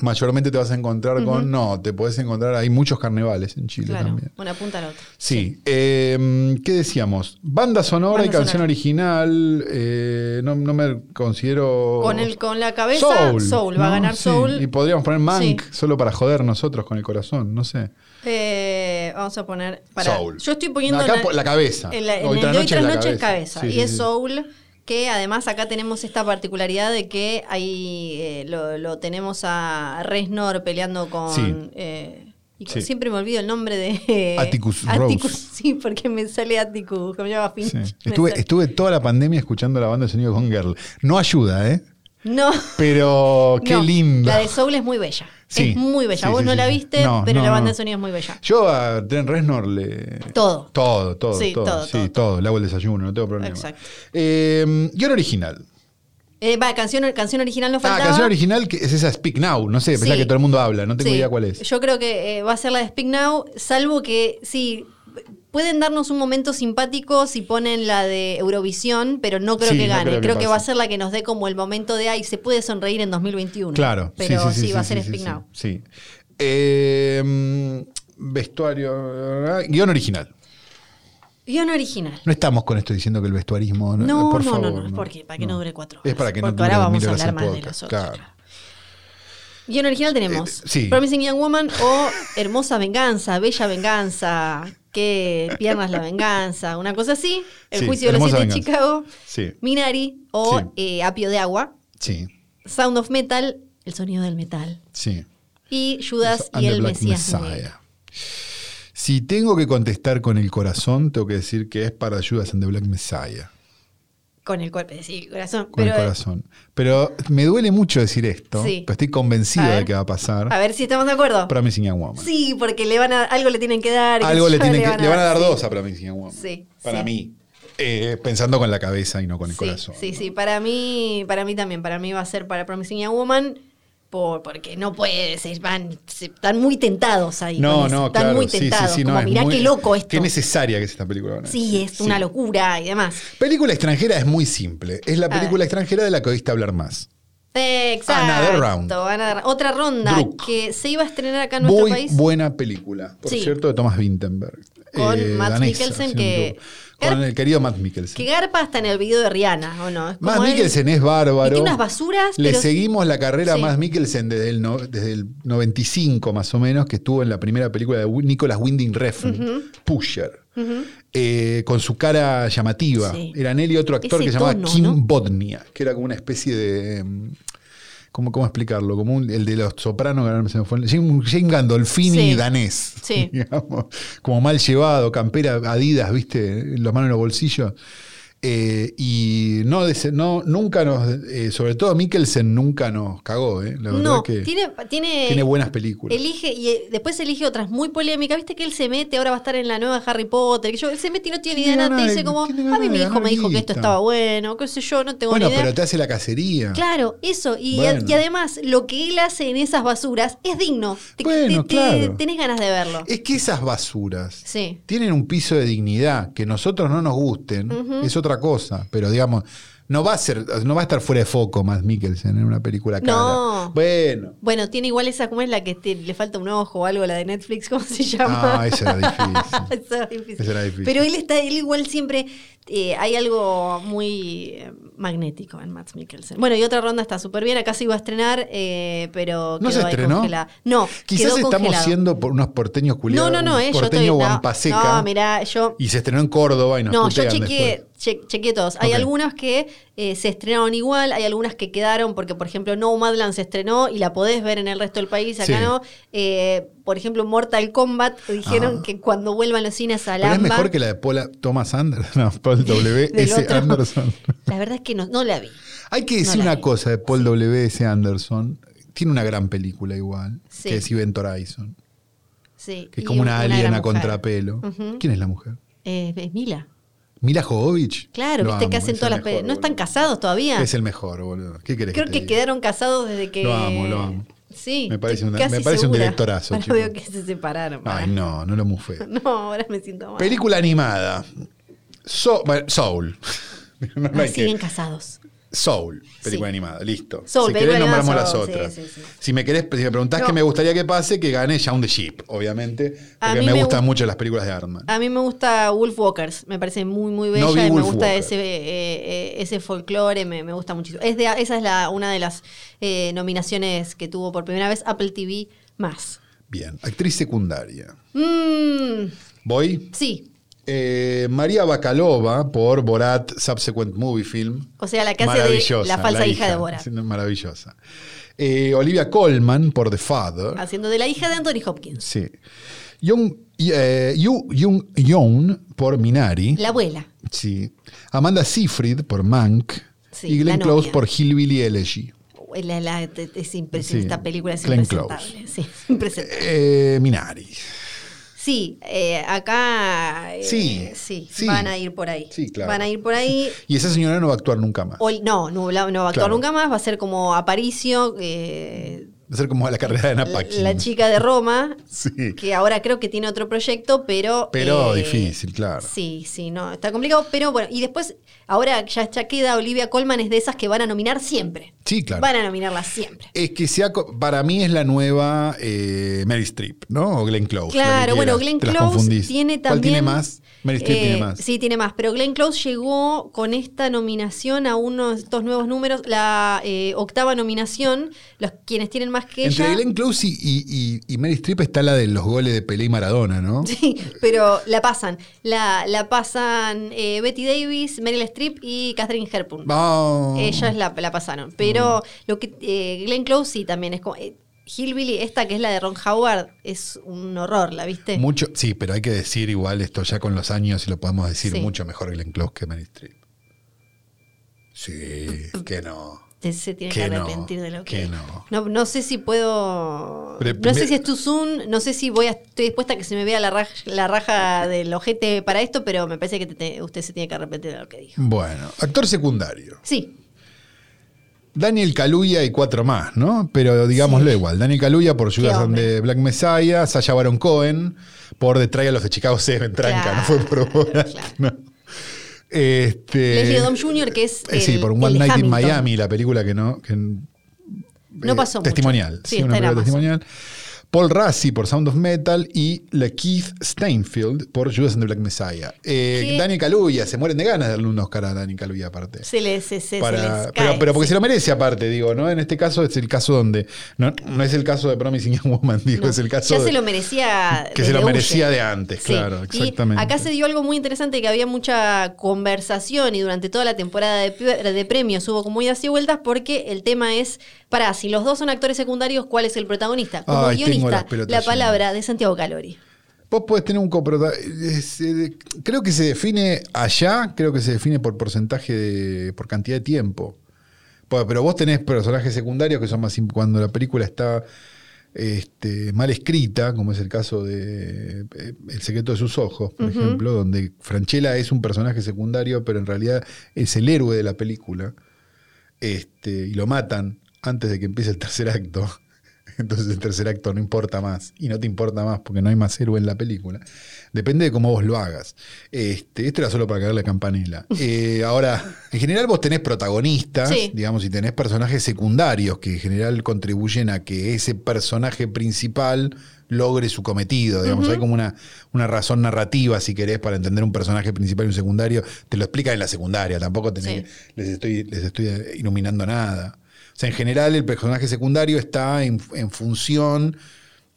mayormente te vas a encontrar Ujú. con... No, te podés encontrar... Hay muchos carnavales en Chile Claro, también. una punta a la otra. Sí. Eh, ¿Qué decíamos? Banda sonora Banda y canción sonora. original. eh, no, no me considero... Con, el, con la cabeza, Soul, va a ¿no? ganar Sí, Soul. Y podríamos poner Mank Sí. solo para joder nosotros con el corazón, no sé. Eh, vamos a poner... pará. Soul. Yo estoy poniendo... Acá en po- la cabeza. En, la- en Hoy el tras de hoy noche es tras la noche es cabeza. cabeza. Sí, y sí, es sí. Soul, que además acá tenemos esta particularidad de que ahí eh, lo, lo tenemos a Reznor peleando con... Sí. eh, y con- Sí. Siempre me olvido el nombre de... Atticus Ross. Sí, porque me sale Atticus, como llama Finch. Sí. Me Estuve, sale- estuve toda la pandemia escuchando la banda de sonido con Girl. No ayuda, ¿eh? No. Pero qué no, La linda. de Soul es muy bella. Sí. Es muy bella. Sí, Vos sí, no sí, la sí. viste, No, pero no, la banda no. de sonido es muy bella. Yo a Trent Reznor le. Todo. Todo, todo, Sí, todo. todo, sí, todo, todo, Le hago el desayuno, no tengo problema. Exacto. Eh, guión original. Eh, va, canción, canción original no faltaba. Ah, canción original que es esa Speak Now. No sé, pensá Sí. que todo el mundo habla, no tengo Sí, idea cuál es. Yo creo que eh, va a ser la de Speak Now, salvo que sí, pueden darnos un momento simpático si ponen la de Eurovisión, pero no creo Sí, que no gane. creo creo que que, va a pase. ser la que nos dé como el momento de ay, se puede sonreír en 2021. Claro, Pero sí, va a ser sí, sí, Speak sí, Now. Sí. Eh, vestuario. Guión original. Guión original. No estamos con esto diciendo que el vestuarismo. No, No, por no, favor, no, no, porque para que no dure cuatro Es para horas, que no porque dure ahora vamos mil a horas hablar el más de podcast, los otros, claro. claro. Guión original tenemos Eh, sí. Promising Young Woman o Hermosa Venganza, Bella Venganza, Qué Piernas la Venganza, una cosa así. El Sí, Juicio de los Hermosa Siete de Venganza. Chicago, Sí, Minari o Sí. eh, Apio de Agua, sí, Sound of Metal, El Sonido del Metal, sí. y Judas And y the el Black Mesías. Messiah. Negro. Si tengo que contestar con el corazón, tengo que decir que es para Judas and the Black Messiah. Con el cuerpo, sí, el corazón. con el pero, eh, corazón. Pero me duele mucho decir esto, Sí. pero estoy convencido A ver. de que va a pasar. A ver si estamos de acuerdo. Promising Young Woman. Sí, porque le van a, algo le tienen que dar. qué Algo sé le yo, tienen que. Le van a dar sí. dos a Promising Young Woman. Sí, Para sí. mí. Eh, pensando con la cabeza y no con el sí, corazón. Sí, ¿no? sí, para mí, para mí también, para mí va a ser para Promising Young Woman, por, porque no puede ser, van, se- están muy tentados ahí. con No, eso, no, están claro. muy sí, sí, tentados. sí, no, como, es mirá muy- qué loco esto. Qué necesaria que es esta película. ¿no? sí, es una Sí. locura y demás. Película extranjera es muy simple. Es la ver. película extranjera de la que oíste hablar más. Eh, Exacto. Another round. Another- Otra ronda Druk. que se iba a estrenar acá en nuestro Muy país. buena película, por Sí. cierto, de Thomas Vinterberg. Con Matt Mikkelsen, sin que- ¿Eh? duda. Con el querido Matt Mikkelsen. Que garpa hasta en el video de Rihanna, ¿o no? Es como Matt él- Mikkelsen es y bárbaro. tiene unas basuras, Le pero- seguimos la carrera Sí. a Matt Mikkelsen desde el, no- desde el 95 más o menos, que estuvo en la primera película de Wi- Nicolas Winding Refn, Pusher, eh, con su cara llamativa. Sí. Eran él y otro actor Ese que se llamaba tono, Kim ¿no? Bodnia, que era como una especie de... mm, ¿Cómo, cómo explicarlo? Como un- el de los sopranos, que ahora se me fue el- Jim, Jim Gandolfini Sí. danés. Sí. digamos. como mal llevado, campera, adidas, viste, las manos en los bolsillos. Eh, y no, des- no, nunca nos, eh, sobre todo Mikkelsen nunca nos cagó, eh. La verdad No, que tiene, tiene, eh, tiene, buenas películas. Elige, y eh, después elige otras muy polémicas. Viste que él se mete, ahora va a estar en la nueva Harry Potter. Que yo, él se mete y no tiene ni idea de Tiene nada. Te ganas dice de- como, tiene ganas a mí de mi hijo ganar me dijo que esto guita". estaba bueno, qué sé yo, no tengo bueno, ni idea. pero te hace la cacería. Claro, eso. Y, Bueno. y además, lo que él hace en esas basuras es digno. Te- Bueno, te- te- claro. Eh, Tenés ganas de verlo. Es que esas basuras Sí. tienen un piso de dignidad que nosotros no nos gusten, es otra cosa, pero digamos, no va a ser, no va a estar fuera de foco más Mikkelsen en una película cara. No. Bueno. Bueno, tiene igual esa, ¿cómo es la que te- le falta un ojo o algo, la de Netflix? ¿Cómo se llama? Ah, esa era difícil. Esa era difícil. Esa era difícil. Pero él está, él igual siempre eh, hay algo muy eh, magnético en Max Mikkelsen. Bueno, y otra ronda está súper bien. Acá se iba a estrenar, eh, pero ¿No quedó se ahí estrenó? congelada. No, Quizás quedó estamos congelado. siendo por unos porteños No, culiados. no, no, eh, yo estoy. porteño No, guampaseca. no, mirá, yo. Y se estrenó en Córdoba y nos No, yo putean chequeé, después. che- chequeé todos. Hay Ok. algunas que eh, se estrenaron igual, hay algunas que quedaron, porque por ejemplo Nomadland se estrenó y la podés ver en el resto del país, acá Sí. no. Eh, por ejemplo, Mortal Kombat dijeron Ah. que cuando vuelvan los cines a Pero es Lamba- mejor que la de Paula Thomas Anderson. No, Paul W.S. otro. Anderson. La verdad es que no, no la vi. Hay que No decir la una vi. cosa de Paul W.S. Anderson. Tiene una gran película igual, Sí. que es Event Horizon, Sí. que es y como una, gran alien a mujer. contrapelo. Ujú. ¿Quién es la mujer? Eh, es Mila. Mila Jovovich. Claro, Lo viste que amo, hacen es todas el las pe- mejor, No están boludo. casados todavía. Es el mejor, boludo. ¿Qué querés Creo te que diga? quedaron casados desde que. Este, Lo amo, lo amo. Sí. Me parece estoy una- casi me parece un segura. directorazo, Ahora chico. veo que se separaron. Ay, no. no, no lo mufé. ahora me siento mal. Película animada. So- bueno, Soul. No, no Ah, hay que- siguen casados. Soul, película Sí. animada, listo. Soul, si película querés animada, nombramos las Soul, sí, otras. sí, sí. Si me querés, si me preguntás No. qué me gustaría que pase, que gane Shaun the Sheep, obviamente. A Porque mí me, me gustan gu- mucho las películas de Arman. A mí me gusta Wolf Walkers, me parece muy muy bella No vi y me Wolf gusta Walkers. ese eh, eh, ese folclore, me, me gusta muchísimo. Es de, esa es la, una de las eh, nominaciones que tuvo por primera vez Apple TV más. Bien, actriz secundaria. Mm, Voy. sí, Eh, María Bakalova por Borat Subsequent Movie Film. o sea, la que hace de la falsa hija, de Bora, Sí, Maravillosa. Eh, Olivia Colman por The Father. haciendo de la hija de Anthony Hopkins, Sí. Young, eh, Yu Jung Yoon por Minari. la abuela. Sí. Amanda Seyfried por Mank. Sí, y Glenn la Close novia. por Hillbilly Elegy. La- la- es impres- Sí, Esta película es Glenn impresentable. Sí, es impresentable. Eh, Minari. Sí, eh, acá eh, Sí, sí, sí. van a ir por ahí. Sí, claro. Van a ir por ahí. Y esa señora no va a actuar nunca más. O- no, no, la- no va a actuar Claro. nunca más, va a ser como Aparicio, eh, Va a ser como la carrera de Ana la, Paquin. la chica de Roma, Sí. que ahora creo que tiene otro proyecto, pero... Pero eh, difícil, claro. Sí, sí, no, está complicado, pero bueno, y después, ahora ya, ya queda Olivia Colman, es de esas que van a nominar siempre. Sí, claro. Van a nominarla siempre. Es que sea, co- para mí es la nueva eh, Mary Streep, ¿no? O Glenn Close. Pues la que Claro, bueno, quieras. Glenn Te las Close confundís. tiene también. ¿Cuál tiene más? Mary Streep eh, tiene más. Sí, tiene más. Pero Glenn Close llegó con esta nominación a uno de estos nuevos números, la eh, octava nominación. Los quienes tienen más que Entre ella. Glenn Close y, y- y- y Mary Streep está la de los goles de Pelé y Maradona, ¿no? Sí, pero la pasan. La, la pasan eh, Betty Davis, Meryl Streep y Catherine Hepburn. Oh. Ellas la, la pasaron. Pero lo que eh, Glenn Close sí también es como. eh, Hillbilly, esta que es la de Ron Howard, es un horror, ¿la viste? Mucho, sí, pero hay que decir igual esto ya con los años, y lo podemos decir Sí. mucho mejor Glenn Close que Mary Streep. Sí, que no. Te- se tiene que, Que no, arrepentir de lo que. que no. no. no sé si puedo. Pre- no sé me- si es tu Zoom, no sé si voy a, estoy dispuesta a que se me vea la raja, la raja del ojete para esto, pero me parece que te- te- usted se tiene que arrepentir de lo que dijo. Bueno, actor secundario. Sí, Daniel Kaluuya y cuatro más, ¿no? Pero digámoslo igual. Daniel Kaluuya por Judas and hombre. the Black Messiah, Sasha Baron Cohen por The Trial of the Chicago 7, tranca, Claro, no fue por Borat, claro. no. Este, Leslie Odom Jr., que es eh, sí, el- por el One de Night in Hamilton. Miami, la película que no... que, no No pasó mucho. Testimonial. Sí, Sí, está una en película Amazon. testimonial. Paul Rassi por Sound of Metal y la Keith Steinfield por Judas and the Black Messiah. Eh, ¿Qué? Daniel Kaluuya, se mueren de ganas de darle un Oscar a Daniel Kaluuya aparte. se les, se, se- se Para- les pero, cae, pero porque sí. se lo merece aparte, digo, ¿no? En este caso es el caso donde. No, no es el caso de Promising Young Woman, digo, No, es el caso. ya se de- lo merecía que se desde lo merecía Huye. de antes, Sí, claro, y exactamente. acá se dio algo muy interesante que había mucha conversación y durante toda la temporada de, pe- de premios hubo como idas y vueltas porque el tema es, para si los dos son actores secundarios, ¿cuál es el protagonista? Como Ay, tengo guionista, las pelotas la llenas. palabra de Santiago Calori. Vos podés tener un coprotagonista. Creo que se define allá, creo que se define por porcentaje de. por cantidad de tiempo. Po- Pues, Pero vos tenés personajes secundarios que son más. im- cuando la película está este, mal escrita, como es el caso de eh, El secreto de sus ojos, por ejemplo, donde Franchella es un personaje secundario, pero en realidad es el héroe de la película. Este, y lo matan antes de que empiece el tercer acto. Entonces el tercer acto no importa más. Y no te importa más porque no hay más héroe en la película. Depende de cómo vos lo hagas. Este, esto era solo para cagar la campanela. Eh, ahora, en general vos tenés protagonistas, Sí. digamos, y tenés personajes secundarios que en general contribuyen a que ese personaje principal logre su cometido. Digamos, hay como una, una razón narrativa, si querés, para entender un personaje principal y un secundario. Te lo explican en la secundaria, tampoco tenés Sí. que- les estoy, les estoy iluminando nada. O sea, en general el personaje secundario está en, en función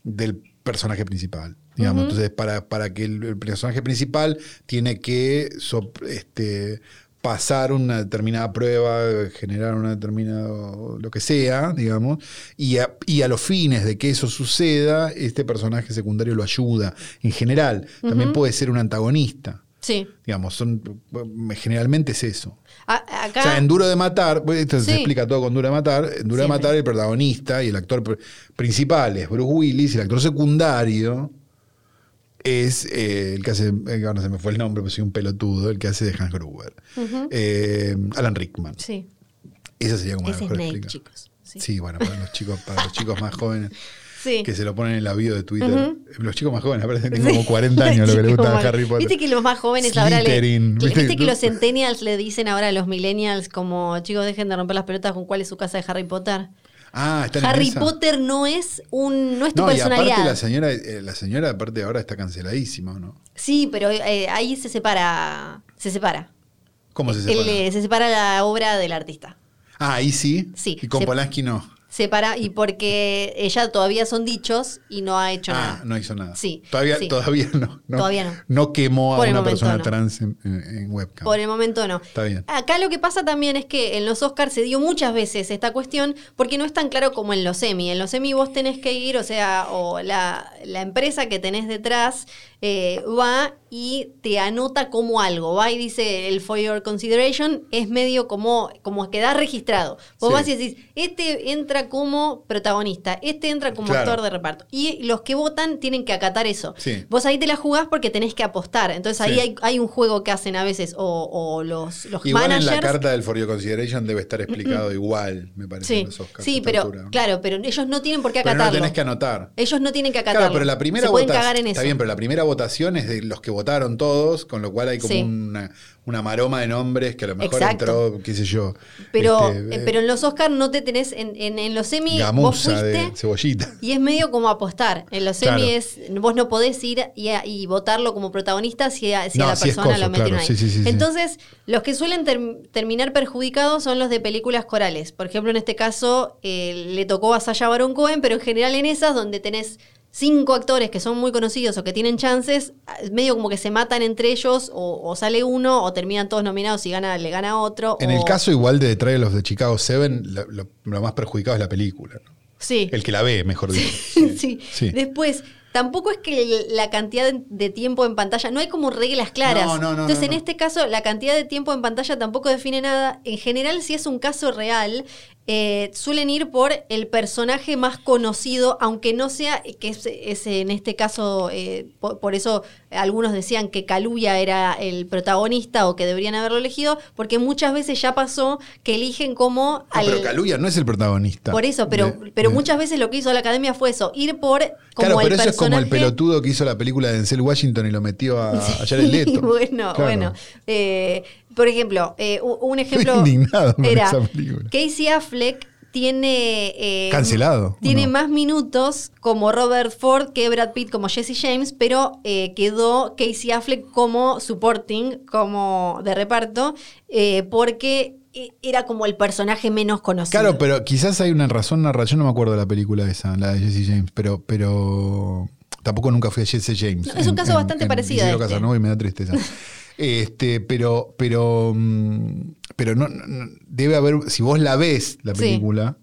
del personaje principal. Digamos. Entonces, para, para que el, el personaje principal tiene que so- este, pasar una determinada prueba, generar una determinada lo que sea, digamos, y a, y a los fines de que eso suceda, este personaje secundario lo ayuda. En general, también puede ser un antagonista. Sí. Digamos, son, generalmente es eso. A- acá, O sea, en Duro de Matar, pues, esto Sí. se explica todo con Duro de Matar. En Duro Siempre. de Matar, el protagonista y el actor pr- principal es Bruce Willis, y el actor secundario es eh, el que hace, eh, ahora se me fue el nombre, pero soy un pelotudo, el que hace de Hans Gruber. Eh, Alan Rickman. sí, Esa sería como la ese es mejor Nate, explica- chicos. Sí. Sí. bueno, para los chicos, para los chicos más jóvenes Sí. que se lo ponen en la bio de Twitter. Eh, Ujú. Los chicos más jóvenes, parece que Sí. tengo como 40 años lo que le Chicos, gusta a bueno. Harry Potter. Viste que los más jóvenes ahora le. Slytherin, Viste, ¿viste? que los centennials le dicen ahora a los millennials como, chicos, dejen de romper las pelotas con cuál es su casa de Harry Potter. Ah, están en Harry esa. Potter no es un no es tu No, y Este personalidad. aparte la señora, eh, la señora aparte ahora está canceladísima, ¿o ¿no? Sí, pero eh, ahí se separa, se separa. ¿Cómo se El, separa? eh, se separa la obra del artista. Ah, ahí sí. Sí, Y con se- Polanski no. Separa y porque ella todavía son dichos y no ha hecho Ah, nada. no hizo nada. Sí, Todavía, sí. todavía no, no. Todavía no. quemó a Por el una momento persona no. trans en, en- en webcam. Por el momento no. Está bien. Acá lo que pasa también es que en los Oscars se dio muchas veces esta cuestión porque no es tan claro como en los Emmy. En los Emmy vos tenés que ir, o sea, o la, la empresa que tenés detrás eh, va y te anota como algo. Va y dice el for your consideration es medio como, como quedás registrado. Vos Sí. vas y decís, este entra como protagonista, este entra como Claro. actor de reparto. Y los que votan tienen que acatar eso. Sí. Vos ahí te la jugás porque tenés que apostar. Entonces ahí Sí. hay, hay un juego que hacen a veces o, o los, los Igual managers. en la carta del For Your Consideration debe estar explicado igual, me parece, sí, en los Oscars. a sí esta pero altura. claro, pero ellos no tienen por qué Pero no acatarlo. lo tenés que anotar. ellos no tienen que acatarlo. Claro, pero la primera Se pueden votación- cagar en eso. Está bien, pero la primera votación es de los que votaron todos, con lo cual hay como Sí. una, una maroma de nombres que a lo mejor Exacto. entró, qué sé yo. Pero, este, eh, eh, pero en los Oscars no te tenés, en, en, en los semi vos gamuza fuiste de cebollita. y es medio como apostar. En los semi Claro. es, vos no podés ir y, a- y votarlo como protagonista si a, si a No, la si es persona coso, lo metieron claro, ahí. sí, sí, sí, sí. Entonces, los que suelen ter- terminar perjudicados son los de películas corales. Por ejemplo, en este caso eh, le tocó a Sasha Baron Cohen, pero en general en esas donde tenés cinco actores que son muy conocidos o que tienen chances, ah, medio como que se matan entre ellos o, o sale uno o terminan todos nominados y gana, le gana otro. En o- el caso igual de The Trial of the Chicago 7, lo, lo- lo más perjudicado es la película. ¿no? Sí. El que la ve, mejor dicho. sí. Sí. Después, Tampoco es que el- la cantidad de- de tiempo en pantalla, no hay como reglas claras. No, no, no, Entonces, no, en no. este caso, la cantidad de tiempo en pantalla tampoco define nada. En general, si es un caso real, eh, suelen ir por el personaje más conocido, aunque no sea, que es, es en este caso, eh, po- por, eso algunos decían que Kaluuya era el protagonista o que deberían haberlo elegido, porque muchas veces ya pasó que eligen como No, al... pero Kaluuya no es el protagonista. Por eso, pero, De- pero de- muchas veces lo que hizo la academia fue eso, ir por como Claro, pero el eso es como el personaje- pelotudo que hizo la película de Denzel Washington y lo metió a, a Jared Leto. bueno, Claro. bueno. Eh, por ejemplo, eh, u- un ejemplo Estoy indignado con era esa película. Casey Affleck tiene eh, Cancelado, Tiene ¿o no? más minutos como Robert Ford que Brad Pitt como Jesse James, pero eh, quedó Casey Affleck como supporting, como de reparto, eh, porque eh, era como el personaje menos conocido. Claro, pero quizás hay una razón narrativa. Yo no me acuerdo de la película esa, la de Jesse James, pero, pero tampoco nunca fui a Jesse James. No, es un caso bastante parecido a Isidro este. Casanova y me da tristeza. este, pero, pero, mm, pero no, no- no- debe haber, si vos la ves, la Sí. película,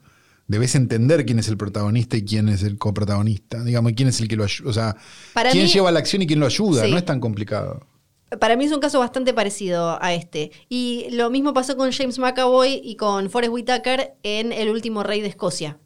debes entender quién es el protagonista y quién es el coprotagonista. Digamos, y quién es el que lo ayuda. O sea, Para quién mí- lleva la acción y quién lo ayuda. Sí. No es tan complicado. Para mí es un caso bastante parecido a este. Y lo mismo pasó con James McAvoy y con Forrest Whitaker en El último rey de Escocia.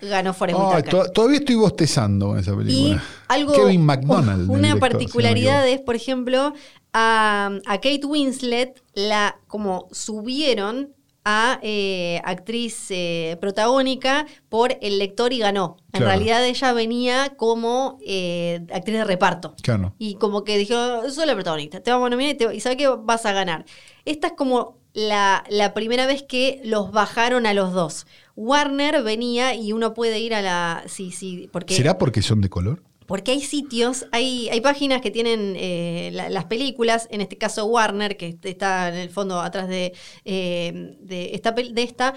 Ganó Forrest Ay, Whitaker. to- todavía estoy bostezando con esa Y película. algo. Kevin McDonald. el Una director, si no me particularidad es, por ejemplo, a, a Kate Winslet la como subieron a eh, actriz eh, protagónica por el lector y ganó. En Claro. realidad ella venía como eh, actriz de reparto. Claro. Y como que dijeron, soy la protagonista, te vamos a nominar y, te- y sabes que vas a ganar. Esta es como la, la primera vez que los bajaron a los dos. Warner venía y uno puede ir a la... Sí, sí, porque... ¿Será porque son de color? Porque hay sitios, hay, hay páginas que tienen eh, la- las películas, en este caso Warner, que est- está en el fondo atrás de, eh, de esta, pel- de esta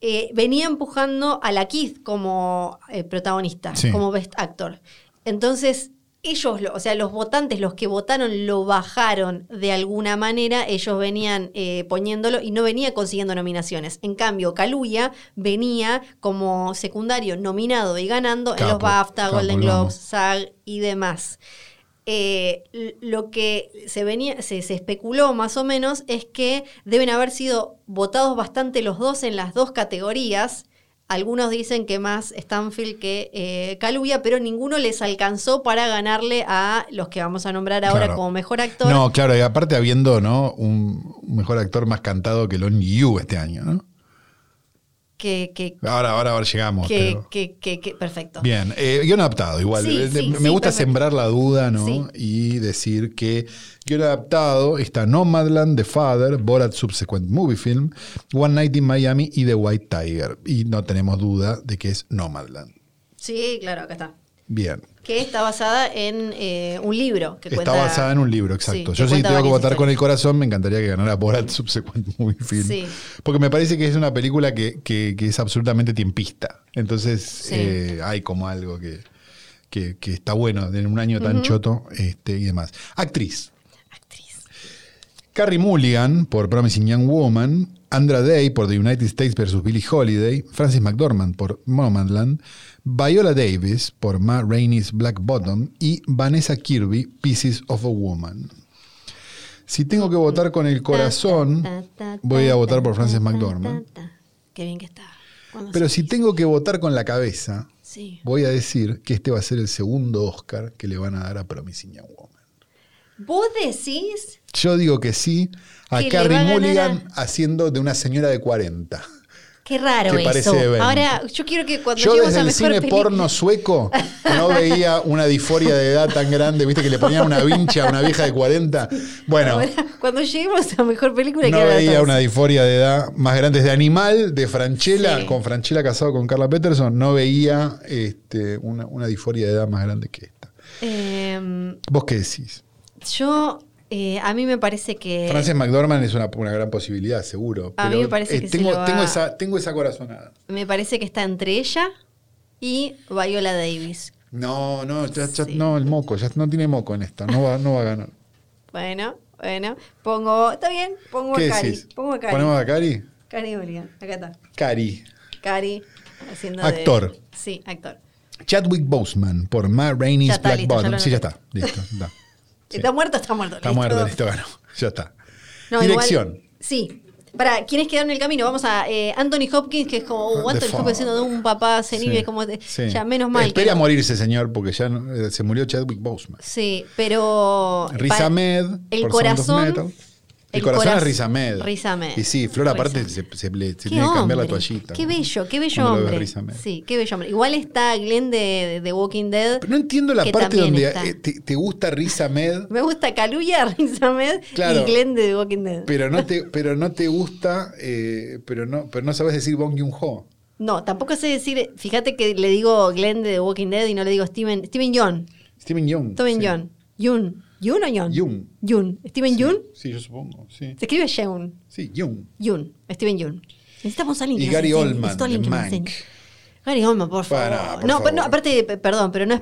eh, venía empujando a la Keith como eh, protagonista, Sí. como best actor. Entonces, ellos, lo- o sea, los votantes, los que votaron, lo bajaron de alguna manera, ellos venían eh, poniéndolo y no venía consiguiendo nominaciones. En cambio, Kaluuya venía como secundario nominado y ganando en los Capo, BAFTA, capo, Golden lo amo. Globes, SAG y demás. Eh, l- lo que se, venía, se, se especuló más o menos es que deben haber sido votados bastante los dos en las dos categorías. Algunos dicen que más Stanfield que eh, Kaluuya, pero ninguno les alcanzó para ganarle a los que vamos a nombrar ahora Claro. como mejor actor. No, claro, y aparte habiendo, ¿no? Un, un mejor actor más cantado que Lon Yu este año, ¿no? Que, que, Ahora, ahora, ahora llegamos. que- pero- que- que- que- perfecto. Bien, eh, guión adaptado, igual. Sí, Eh, sí, me sí, gusta perfecto. sembrar la duda, ¿no? Sí. Y decir que guión adaptado está Nomadland, The Father, Borat Subsequent Movie Film, One Night in Miami y The White Tiger. Y no tenemos duda de que es Nomadland. Sí, claro, acá está. Bien. Que está basada en eh, un libro que Está cuenta- basada en un libro, exacto. que Yo sí cuenta tengo que varias votar con historias. el corazón, me encantaría que ganara Borat Subsequent Movie Film. Sí. Porque me parece que es una película que, que- que es absolutamente tiempista. Entonces eh, hay como algo que, que- que está bueno en un año tan choto este, y demás. Actriz. Actriz. Carrie Mulligan por Promising Young Woman, Andra Day por The United States vs. Billie Holiday, Frances McDormand por Nomadland, Viola Davis por Ma Rainey's Black Bottom y Vanessa Kirby, Pieces of a Woman. Si tengo que votar con el corazón, Ta, ta, ta, voy a ta, votar por ta, Frances ta, McDormand. ta, ta. Qué bien que está. Cuando Pero se- si tengo que votar con la cabeza, Sí. voy a decir que este va a ser el segundo Oscar que le van a dar a Promising Young Woman. ¿Vos decís? Yo digo que sí a Que le va Carrie a ganar Mulligan haciendo de una señora de 40. Qué raro Que parece eso. evento. Ahora, yo quiero que cuando Yo lleguemos desde a el mejor cine peli- porno sueco no veía una disforia de edad tan grande, viste que le ponían una vincha a una vieja de 40. Bueno, Ahora, cuando lleguemos a mejor película no que veía una disforia de edad más grande. Desde Animal, de Franchella, Sí. con Franchella casado con Carla Peterson, no veía este, una, una disforia de edad más grande que esta. ¿Vos qué decís? Em, yo, eh, a mí me parece que... Frances McDormand es una, una gran posibilidad, seguro. Eh. A mí pero, eh, me parece que se tengo, lo va- tengo esa, tengo esa corazonada. Me parece que está entre ella y Viola Davis. No, no, ya- ya- Sí. no, el moco, ya no tiene moco en esta, no va, no va a ganar. Bueno, bueno. Pongo... ¿Está bien? Pongo ¿Qué a Cari. decís? Pongo a Cari. ¿Ponemos a Cari? Cari Mulligan. Acá está. Cari. Cari haciendo de- Actor. Sí, actor. Chadwick Boseman por Ma Rainey's Ya está, Black listo, ya Bottom. lo sí, ya está. Listo. da. Sí. ¿Está muerto? Está muerto. Está listo. muerto, listo, ganó. Ya está. No, igual- Dirección. sí. Para quienes quedaron en el camino, vamos a eh, Anthony Hopkins, que es como, The what the fuck fuck. haciendo de un papá senil? Ah, Sí, como de- sí. Ya, menos mal. Espere que a no- morirse, señor, porque ya no- eh, se murió Chadwick Boseman. Sí, pero. Riz pa- Ahmed, el por Sound of corazón- Metal. El, el corazón coraz- es Riz Ahmed. Riz Ahmed. Y sí, Flor, Riz aparte, Ahmed. se, se le- se Qué tiene que cambiar la hombre, toallita. Qué ¿no? bello, qué bello Cuando lo ve hombre. Riz Ahmed. Sí, qué bello hombre. Igual está Glenn de, de, de Walking Dead. Pero no entiendo la que parte también donde está. eh, te, te gusta Riz Ahmed, Me gusta Kaluuya, Riz Ahmed Claro. y Glenn de The Walking Dead. pero no te, pero no te gusta, eh, pero, no, pero no sabes decir Bong Joon-ho. No, tampoco sé decir. Fíjate que le digo Glenn de The Walking Dead y no le digo Steven. Steven John. Steven Yeun. Steven sí. John. Yun. ¿Yun o John? Yeun. Yun. ¿Steven Sí, Yun? Sí, yo supongo, sí. Se escribe Yeun. Sí, Yeun. Yun. Steven Yun. Necesitamos a alguien Y que nos Gary enseñe, Oldman, necesito a de alguien que nos Mank. enseñe. Gary Oldman, por favor. Para, por no, pero favor. no, aparte, p- perdón, pero no es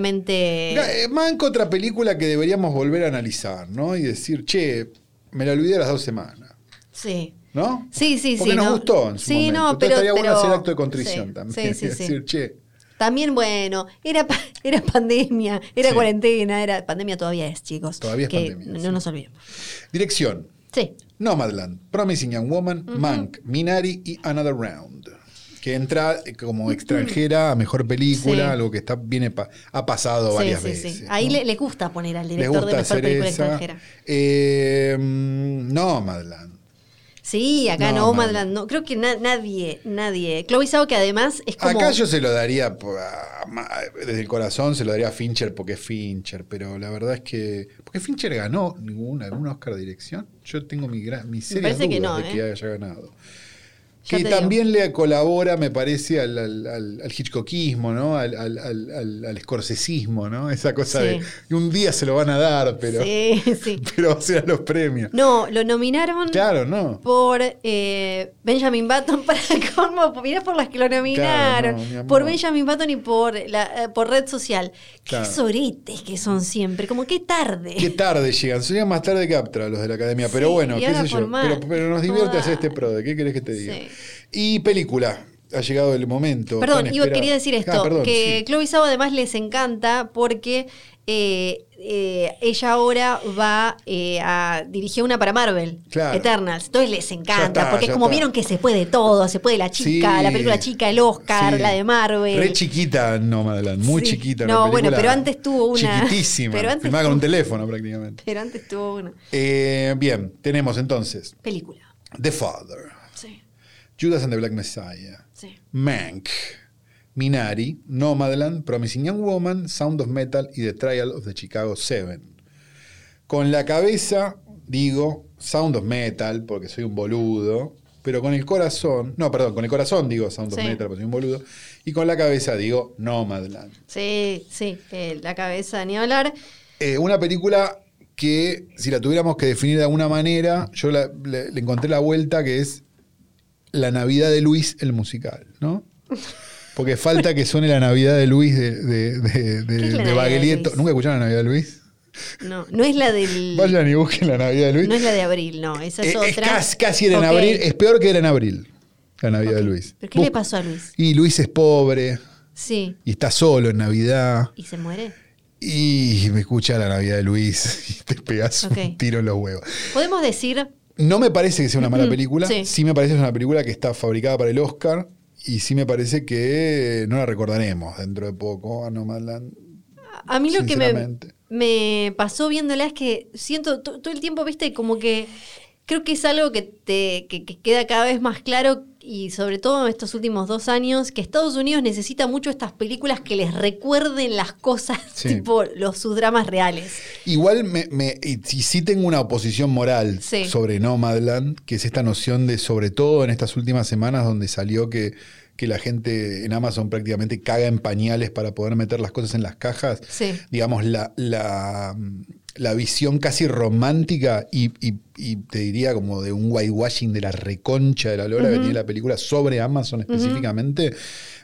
particularmente. Ga- eh, Mank, otra película que deberíamos volver a analizar, ¿no? Y decir, che, me la olvidé a las dos semanas, Sí. ¿no? Sí, sí, Porque sí, nos no. gustó en su Sí, momento. no, Entonces pero- estaría bueno pero- hacer acto de contrición sí, también. sí, sí, sí. decir, che, También, bueno, era, pa- era pandemia, era Sí. cuarentena, era pandemia todavía es, chicos. Todavía es que pandemia, No sí. nos olvidemos. dirección, Sí. Nomadland, Promising Young Woman, Mank, Minari y Another Round. Que entra eh, como extranjera a mejor película, Sí. algo que está, viene pa- ha pasado Sí, varias sí, sí. veces. Ahí ¿no? le, les gusta poner al Les director gusta de mejor hacer película esa. extranjera. Eh, mm, Nomadland. Sí, acá No, no, man. Nomadland, no. Creo que na- nadie, nadie. Chloe Zhao, que además es como. Acá yo se lo daría por- a- a- desde el corazón, se lo daría a Fincher porque es Fincher, pero la verdad es que. Porque Fincher ganó ningún, algún Oscar de dirección. Yo tengo mi, gran, mis serias parece dudas que no, de que ¿eh? haya ganado. Ya que te digo. también le colabora, me parece, al, al- al- al hitchcockismo, ¿no? Al, al, al- al- al escorsesismo, ¿no? Esa cosa Sí. de un día se lo van a dar, pero, Sí, sí. pero va a ser a los premios. No, lo nominaron Claro, ¿no? por eh, Benjamin Button para colmo. Mirá por las que lo nominaron. Claro, no, mi amor. por Benjamin Button y por, la, eh, por Red Social. Claro. Qué soretes que son siempre. Como qué tarde. Qué tarde llegan, serían más tarde que Aptra los de la academia, pero Sí, bueno, y qué ahora sé yo. por más. Pero, pero nos divierte Joda. hacer este pro, ¿de ¿qué querés que te diga? Sí. Y película, ha llegado el momento. Perdón, tan yo esperado. quería decir Ah, esto, perdón, que sí. Chloe Zhao además les encanta porque eh, eh, ella ahora va eh, a dirigir una para Marvel, Claro. Eternals, entonces les Ya encanta, está, porque ya es como está. vieron que se puede todo, se puede la chica, Sí, la película chica, el Oscar, sí. la de Marvel. Re chiquita, no, Madeline, muy Sí. chiquita. No, la bueno, película, pero antes tuvo una- Chiquitísima, pero antes filmada con un tuvo- teléfono prácticamente. Pero antes tuvo una Eh, bien, tenemos entonces película. The Father, Sí, Judas and the Black Messiah, sí. Mank, Minari, Nomadland, Promising Young Woman, Sound of Metal y The Trial of the Chicago 7. Con la cabeza digo Sound of Metal porque soy un boludo, pero con el corazón, no, perdón, con el corazón digo Sound of Sí. Metal porque soy un boludo, y con la cabeza digo Nomadland. Sí, sí, eh, la cabeza ni hablar. Eh, una película que, si la tuviéramos que definir de alguna manera, yo la- le, le encontré la vuelta que es La Navidad de Luis, el musical, ¿no? Porque falta que suene la Navidad de Luis de, de, de- de- de ¿Qué es la Navidad de Baglietto. Luis? ¿Nunca escucharon la Navidad de Luis? No, no es la del... Vayan y busquen la Navidad de Luis. No es la de abril, no, esa es Eh, otra. es casi, casi era en Ok. abril, es peor que era en abril, la Navidad de Ok. Luis. ¿Pero qué le Bus- pasó a Luis? Y Luis es pobre, Sí. y está solo en Navidad. ¿Y se muere? Y me escucha la Navidad de Luis y te pegas un Ok. tiro en los huevos. Podemos decir, No me parece que sea una mala Ujú, película. Sí. sí. me parece que es una película que está fabricada para el Oscar. Y sí me parece que eh, no la recordaremos dentro de poco a Nomadland. a mí lo que me, Sinceramente. me pasó viéndola es que siento to- todo el tiempo, viste, como que creo que es algo que, te, que, que queda cada vez más claro y sobre todo en estos últimos dos años, que Estados Unidos necesita mucho estas películas que les recuerden las cosas, Sí. tipo los, sus dramas reales. Igual me, me- y sí- sí tengo una oposición moral Sí. sobre Nomadland, que es esta noción de, sobre todo en estas últimas semanas, donde salió que, que la gente en Amazon prácticamente caga en pañales para poder meter las cosas en las cajas. Sí. digamos, la, la, la visión casi romántica y, y y te diría como de un whitewashing de la reconcha de la lora que Ujú. tiene la película sobre Amazon específicamente,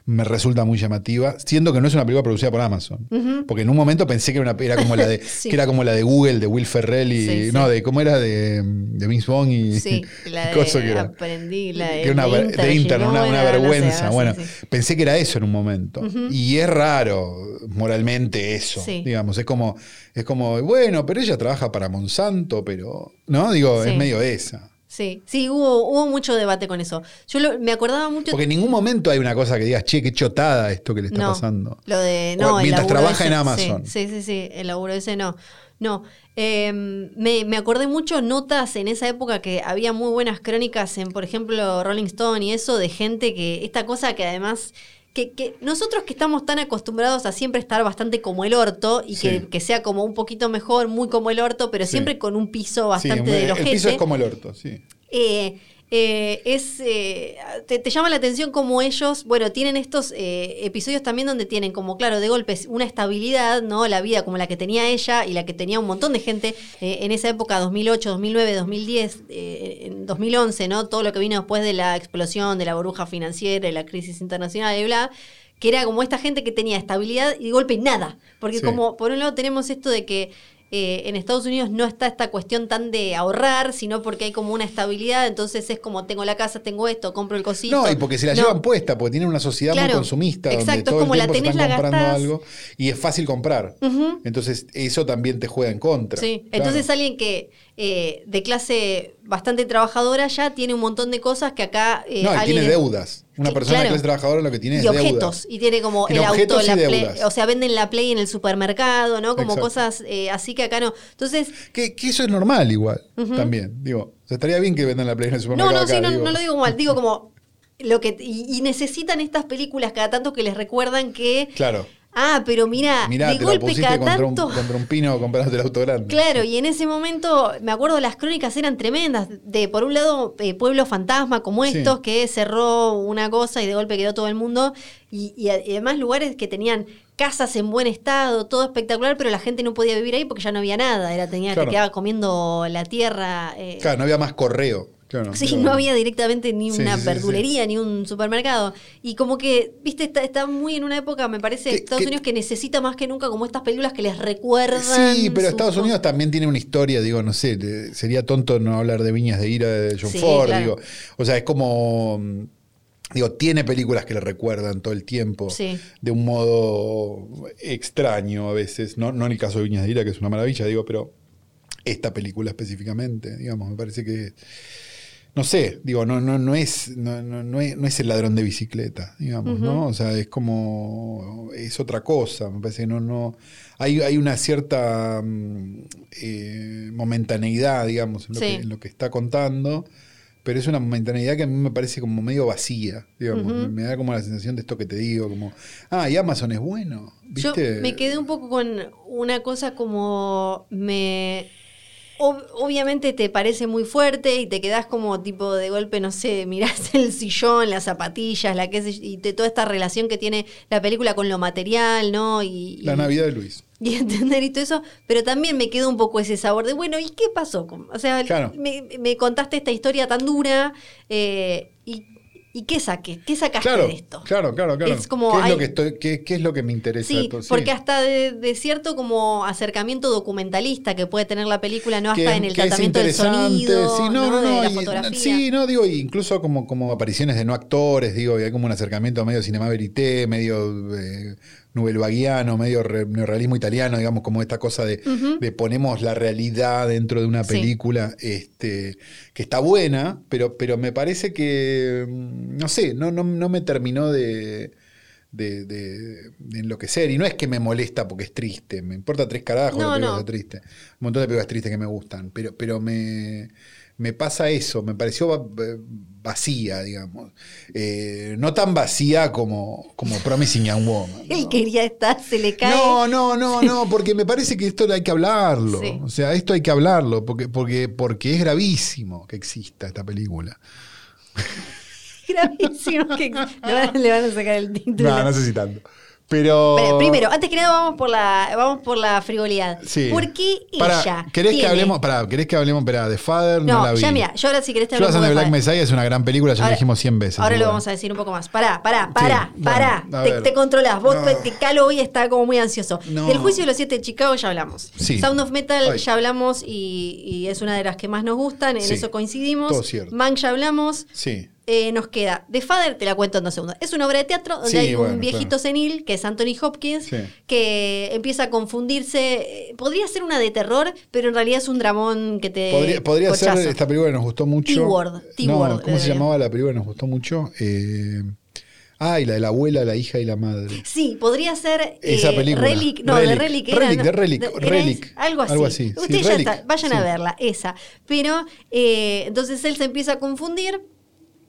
me resulta muy llamativa, siendo que no es una película producida por Amazon. Ujú. Porque en un momento pensé que era, una- era como la de Sí. que era como la de Google, de Will Ferrell y Sí, sí. no, de cómo era de, de Vince Vaughn y Sí, la de cosa que era. aprendí, la que de, era una ver- de Internet, internet, una, una no sé, vergüenza. ah, sí, bueno, sí. pensé que era eso en un momento. Y es raro moralmente eso. Sí. Digamos, es como, es como, bueno, pero ella trabaja para Monsanto, pero. ¿No? Digo, es Sí. medio esa. Sí, sí, hubo, hubo mucho debate con eso. Yo lo- me acordaba mucho. Porque en ningún momento hay una cosa que digas, che, qué chotada esto que le está no, pasando. Lo de. O No, el mientras laburo trabaja ese, en Amazon. Sí, sí, sí, sí, el laburo ese no. No. Eh, me, me acordé mucho notas en esa época que había muy buenas crónicas en, por ejemplo, Rolling Stone y eso, de gente que. Esta cosa que además. Que, que nosotros que estamos tan acostumbrados a siempre estar bastante como el orto y Sí. que, que sea como un poquito mejor, muy como el orto, pero Sí. siempre con un piso Sí, bastante de el piso es ojete. como el orto, sí. Eh, eh, es, eh, te, te llama la atención como ellos, bueno, tienen estos eh, episodios también donde tienen como, claro, de golpes una estabilidad, ¿no? La vida como la que tenía ella y la que tenía un montón de gente eh, en esa época, 2008, 2009, 2010, eh, en 2011, ¿no? Todo lo que vino después de la explosión, de la burbuja financiera, de la crisis internacional y bla, que era como esta gente que tenía estabilidad y de golpe nada, porque Sí. como por un lado tenemos esto de que eh, en Estados Unidos no está esta cuestión tan de ahorrar, sino porque hay como una estabilidad, entonces es como tengo la casa, tengo esto, compro el cosito. No, y porque se la No. llevan puesta, porque tienen una sociedad muy Claro, consumista, donde exacto, todo es como el la tiempo se tenés, están la comprando gastás. algo y es fácil comprar. Ujú. Entonces, eso también te juega en contra. Sí, Claro. entonces alguien que eh, de clase bastante trabajadora ya tiene un montón de cosas que acá eh, No, y alguien tiene deudas. Una Sí, persona de claro. clase trabajadora lo que tiene es y objetos deudas. y tiene como Tiene el auto, objetos y la play, deudas. o sea, venden la play en el supermercado, ¿no? Como Exacto. cosas eh, así que acá no. Entonces, Que, que eso es normal igual, también. Digo, o sea, estaría bien que vendan la Play en el No, supermercado no, acá, sí, no, digo. no lo digo mal, digo como lo que y, y necesitan estas películas cada tanto que les recuerdan que Claro. ah, pero mira, Mirá, de te la golpe pusiste cada contra un, tanto. contra un pino comprándote el auto grande. Claro, y en ese momento, me acuerdo, las crónicas eran tremendas. De, por un lado, eh, pueblos fantasma como Sí. estos, que cerró una cosa y de golpe quedó todo el mundo. Y, y a- y además lugares que tenían casas en buen estado, todo espectacular, pero la gente no podía vivir ahí porque ya no había nada. Era, tenía Claro. que quedaba comiendo la tierra. eh, Claro, no había más correo. Claro, Sí, claro. no había directamente ni Ah, Sí, una sí, sí, verdulería, ni un supermercado. Y como que, viste, está, está muy en una época, me parece, Que- Estados que- Unidos que necesita más que nunca como estas películas que les recuerdan. Sí, pero su- Estados Unidos también tiene una historia, digo, no sé, de- sería tonto no hablar de Viñas de Ira de John Sí, Ford, claro. digo. O sea, es como, mm, digo, tiene películas que le recuerdan todo el tiempo, Sí. de un modo extraño a veces, no, no en el caso de Viñas de Ira, que es una maravilla, digo, pero esta película específicamente, digamos, me parece que... No sé, digo, no, no, no, es, no, no, no es, no es el ladrón de bicicleta, digamos, ¿no? O sea, es como. es otra cosa. Me parece que no, no. Hay, hay una cierta mm, eh, momentaneidad, digamos, en lo, Sí. que, en lo que está contando. Pero es una momentaneidad que a mí me parece como medio vacía, digamos. me, me da como la sensación de esto que te digo, como, ah, y Amazon es bueno. Yo ¿Viste? me quedé un poco con una cosa como me... ob- Obviamente te parece muy fuerte y te quedás como tipo de golpe, no sé, mirás el sillón, las zapatillas, la que y te- toda esta relación que tiene la película con lo material, ¿no? Y, La y- Navidad de Luis. y entender y todo eso, pero también me quedó un poco ese sabor de, bueno, ¿y qué pasó? con- O sea, Claro. me, me contaste esta historia tan dura eh, y, y ¿qué saqué? ¿Qué sacaste Claro, de esto? claro, claro, claro. Es como ¿Qué, es hay- lo que estoy, qué, qué es lo que me interesa? Sí, Entonces, porque hasta de, de cierto como acercamiento documentalista que puede tener la película, no que- hasta en el que es tratamiento del interesante, sonido, sí, no, de la y- fotografía. sí, no, digo, y incluso como, como apariciones de no actores, digo, y hay como un acercamiento medio cinema verité, medio eh, vaguiano, medio re- neorrealismo italiano, digamos, como esta cosa de, Ujú. de ponemos la realidad dentro de una Sí. película este, que está buena, pero, pero me parece que, mm, no sé, no, no, no me terminó de... De, de- de enloquecer, y no es que me molesta porque es triste, me importa tres carajos No, la película no. sea triste. Un montón de películas tristes que me gustan, pero, pero me, me pasa eso, me pareció va- eh, vacía, digamos. Eh, no tan vacía como, como Promising Young Woman. ¿no? Él quería estar, se le cae. No, no, no, no, porque me parece que esto hay que hablarlo. Sí. O sea, esto hay que hablarlo, porque, porque, porque es gravísimo que exista esta película. Gravísimo que le van, le van a sacar el título. No, no sé si tanto. Pero. Pero primero, antes que nada vamos por la, vamos por la frivolidad. Sí. ¿Por qué ella? Pará, ¿querés que tiene- hablemos? Pará, ¿querés que hablemos? Pará, de Father no, No, la vi. ya mira, yo ahora si querés te Judas and hablo the un Black poco Este de Father. Messiah es una gran película, ya Ahora- lo dijimos 100 veces. Ahora lo igual. vamos a decir un poco más. Pará, pará, pará, Sí, pará. bueno, a te, ver. te controlás. Vos No. te- que Calo hoy está como muy ansioso. No. Del juicio de los siete de Chicago ya hablamos. Sí. Sound of Metal Ay. ya hablamos y, y es una de las que más nos gustan. En Sí. eso coincidimos. Todo cierto. Mank ya hablamos. Sí. Eh, nos queda The Father, te la cuento en dos segundos. Es una obra de teatro donde Sí, hay bueno, un viejito claro. senil, que es Anthony Hopkins, Sí. que empieza a confundirse. Eh, Podría ser una de terror, pero en realidad es un dramón que te. Podría, podría ser corchazo. esta película que nos gustó mucho. Eh, T-Word, T-Word, No, ¿Cómo se eh. llamaba la película que nos gustó mucho? Eh, ah, y la de la abuela, la hija y la madre. Sí, podría ser. Esa eh, película. Relic. No, de Relic. Relic. Relic, ¿no? de Relic, era Relic. es- Algo así. Algo así, sí, Ustedes ya Relic, está- vayan a sí. verla, esa. Pero eh, entonces él se empieza a confundir.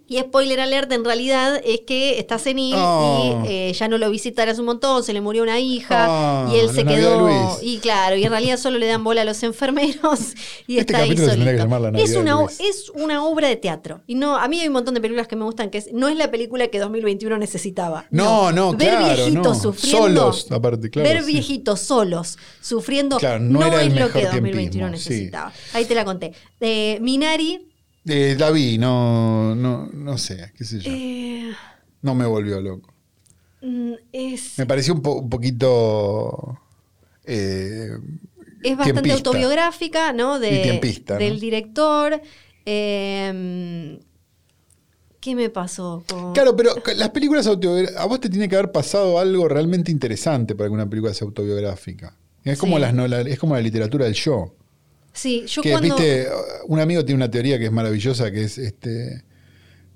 Y spoiler alert, en realidad es que está senil Oh. y eh, ya no lo visitan hace un montón, se le murió una hija Ah, y él la se Navidad quedó. de Luis. Y claro, y en realidad solo le dan bola a los enfermeros y Este está ahí capítulo se tendría que solito. llamar La Navidad es, de una, o- Luis. es una obra de teatro. Y no, a mí hay un montón de películas que me gustan que es- no es la película que 2021 necesitaba. No, no, Ver claro, viejitos no. sufriendo. Solos, aparte, claro, Ver sí. viejitos solos sufriendo Claro, no, no era es el lo mejor que tiempismo, 2021 sí. necesitaba. Ahí te la conté. Eh, Minari. Eh, la vi, no, no, no sé, qué sé yo. eh, No me volvió loco. mm, es, Me pareció un, po- un poquito. eh, es bastante tiempista. autobiográfica, ¿no? De, Y tiempista, ¿no? Del director. Eh, ¿Qué me pasó? con- Claro, pero las películas autobiográficas. A vos te tiene que haber pasado algo realmente interesante para que una película sea autobiográfica. Es como, Sí. las, no- la- es como la literatura del yo. Sí, yo que, cuando. viste, un amigo tiene una teoría que es maravillosa, que es este.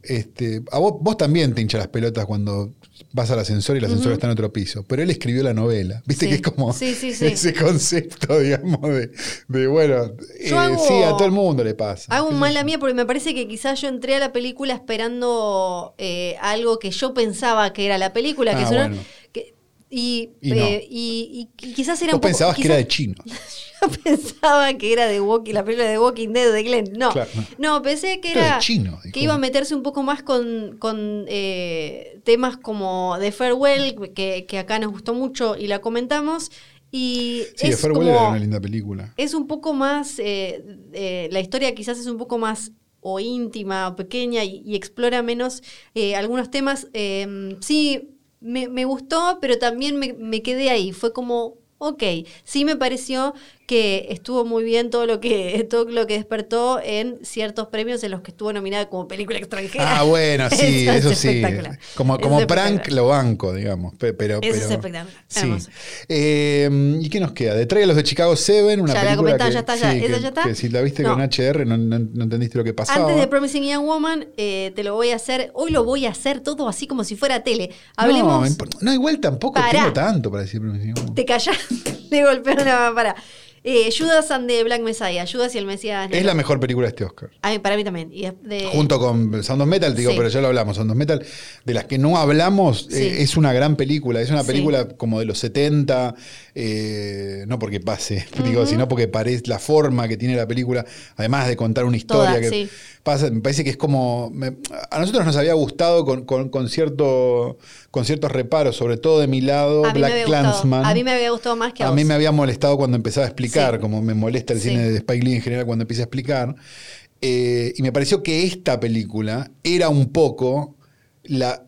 Este, a vos, vos también te hinchas las pelotas cuando vas al ascensor y el ascensor está en otro piso. Pero él escribió la novela. Viste Sí. que es como Sí, sí, sí. ese concepto, digamos, de, de, bueno, eh, hago- sí, a todo el mundo le pasa. Hago Qué un sé mal yo. la mía porque me parece que quizás yo entré a la película esperando eh, algo que yo pensaba que era la película, que Ah, eso era- bueno. que- y, Y eh, y- y- y quizás era Vos un poco- pensabas que era quizás- de chino. Yo pensaba que era de Walking, la película de Walking Dead de Glenn. No, Claro, no pensé que Esto es era chino, dijo. que iba a meterse un poco más con, con, eh, temas como de Farewell, que, que acá nos gustó mucho y la comentamos. Y Sí, es de Farewell como- era una linda película. es un poco más, eh, eh, la historia quizás es un poco más o íntima o pequeña y, y explora menos eh, algunos temas. Eh, sí, me, me gustó, pero también me, me quedé ahí. Fue como, ok, sí me pareció que estuvo muy bien todo lo que, todo lo que despertó en ciertos premios en los que estuvo nominada como película extranjera. Ah, bueno, sí, eso, es sí. espectacular. Como, Eso como es prank espectacular. lo banco, digamos. pe- Pero, Eso pero- es espectacular. Sí. Hermoso. Eh, ¿Y qué nos queda? De Trailer los de Chicago 7, una Ya la película comentaba, que, ya está, ya. sí, ¿Esa que- ya está? que si la viste No. con HR no, no- no entendiste lo que pasaba. Antes de Promising Young Woman, eh, te lo voy a hacer. Hoy lo voy a hacer todo así como si fuera tele. No, Hablemos. imp- no, igual tampoco Pará. tengo tanto para decir. pero- te callas, le golpearon la para. Eh, Judas and the Black Messiah. Judas y el Mesías. Es la mejor película de este Oscar. A mí- para mí también. Y es de- Junto con Sound of Metal, te digo, Sí. pero ya lo hablamos. Sound of Metal, de las que no hablamos, Sí. eh, es una gran película. Es una Sí. película como de los 70, eh, no porque pase, digo, sino porque parece la forma que tiene la película, además de contar una historia Toda, que sí. pasa, me parece que es como. me- a nosotros nos había gustado con, con, con cierto, con ciertos reparos, sobre todo de mi lado, a mí, me Black había gustado, Clansman. a mí me había gustado más que a, A mí vos. me había molestado cuando empezaba a explicar, Sí. como me molesta el Sí. cine de Spike Lee en general cuando empieza a explicar. Eh, y me pareció que esta película era un poco la,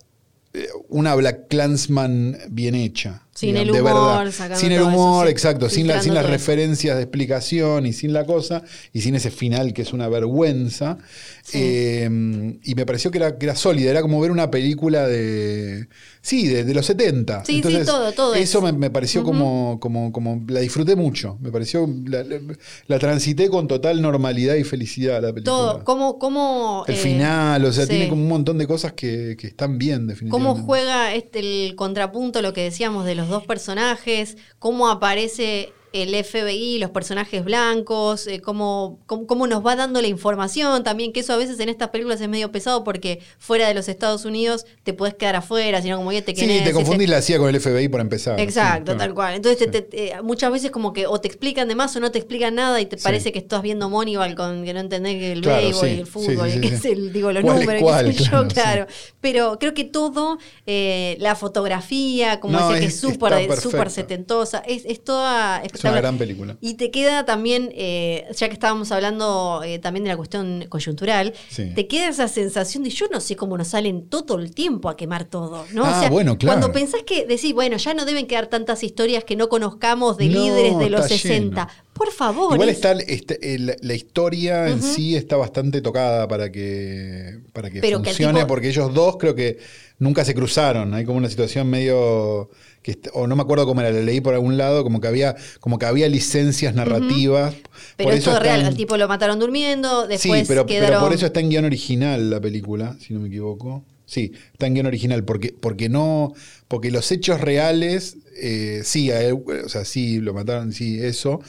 eh, una Black Clansman bien hecha. Sin el de humor, verdad. sacando Sin el todo eso, humor, sí, exacto. Sin, la- sin filtrando las todo. referencias de explicación y sin la cosa. Y sin ese final que es una vergüenza. Sí. Eh, y me pareció que era, que era sólida. Era como ver una película de. Sí, de, de los 70. Sí, sí, todo, todo Eso es. me, me pareció como, como, como. La disfruté mucho. Me pareció. La, la- la transité con total normalidad y felicidad la película. Todo, cómo, cómo, El eh, final, o sea, sí. tiene como un montón de cosas que, que están bien, definitivamente. Cómo juega este, el contrapunto, lo que decíamos de los dos personajes, cómo aparece el FBI, los personajes blancos, eh, cómo, cómo, cómo nos va dando la información también, que eso a veces en estas películas es medio pesado porque fuera de los Estados Unidos te puedes quedar afuera, sino como ya te Sí, quién es, te ese- confundís la CIA con el FBI para empezar. Exacto, Sí, tal claro. cual. Entonces te- te- eh, muchas veces como que o te explican de más o no te explican nada y te Sí. parece que estás viendo Moneyball con que no entendés que el Claro, béisbol sí, y el sí, sí, fútbol, y sí, qué sí. sé- digo los ¿Cuál es números, y qué cuál? sé yo, Claro, claro. sí. Pero creo que todo, eh, la fotografía, como No, dice que es- es súper está súper perfecta. setentosa, es, es toda Es una espectacular. gran película. Y te queda también, eh, ya que estábamos hablando eh, también de la cuestión coyuntural, Sí. te queda esa sensación de yo no sé cómo nos salen todo el tiempo a quemar todo, ¿no? Ah, o sea, bueno, claro. cuando pensás que decís, bueno, ya no deben quedar tantas historias que no conozcamos de No, líderes de los está 60. Por favor. Igual es- está el- este- el- la historia en Ujú. sí está bastante tocada para que, para que Pero que el funcione, tipo- porque ellos dos creo que nunca se cruzaron. Hay como una situación medio que est- o no me acuerdo cómo era, la leí por algún lado, como que había, como que había licencias narrativas. pero Por esto eso es real, están- al tipo lo mataron durmiendo, después sí, pero, pero quedaron... por eso está en guión original la película, si no me equivoco. Sí, está en guión original, porque, porque no, porque los hechos reales, eh, sí, a él, o sea, sí, lo mataron, sí, eso,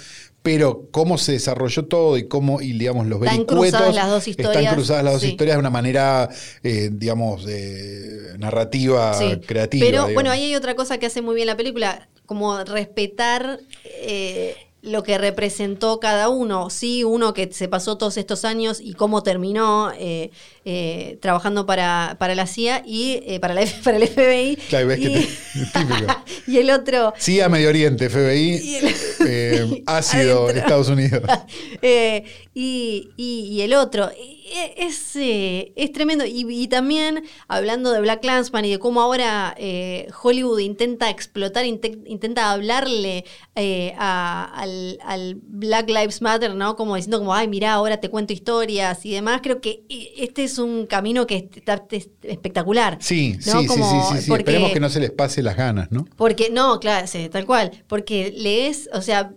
pero cómo se desarrolló todo y cómo, y digamos, los Están vericuetos cruzadas las dos historias, están cruzadas las dos sí. historias de una manera, eh, digamos, eh, narrativa, Sí. creativa. Pero digamos. bueno, ahí hay otra cosa que hace muy bien la película, como respetar eh, lo que representó cada uno. Sí, uno que se pasó todos estos años y cómo terminó eh, eh, trabajando para, para la CIA y eh, para, la F- para el FBI. Claro, ves y, que te- típico. y el otro, Sí, a Medio Oriente, FBI, Y el- eh, ácido, Adentro. Estados Unidos. Eh, y, y- y el otro. E- Es, eh, es tremendo. Y, y también hablando de Black Clansman y de cómo ahora eh, Hollywood intenta explotar, inte- intenta hablarle eh, a- al, al Black Lives Matter, ¿no? Como diciendo como, ay, mira, ahora te cuento historias y demás. Creo que eh, este es un camino que está es- espectacular. Sí, ¿no? sí, Como- sí, sí, sí, sí. porque- Esperemos que no se les pase las ganas, ¿no? porque, no, claro, sí, tal cual. Porque lees, o sea,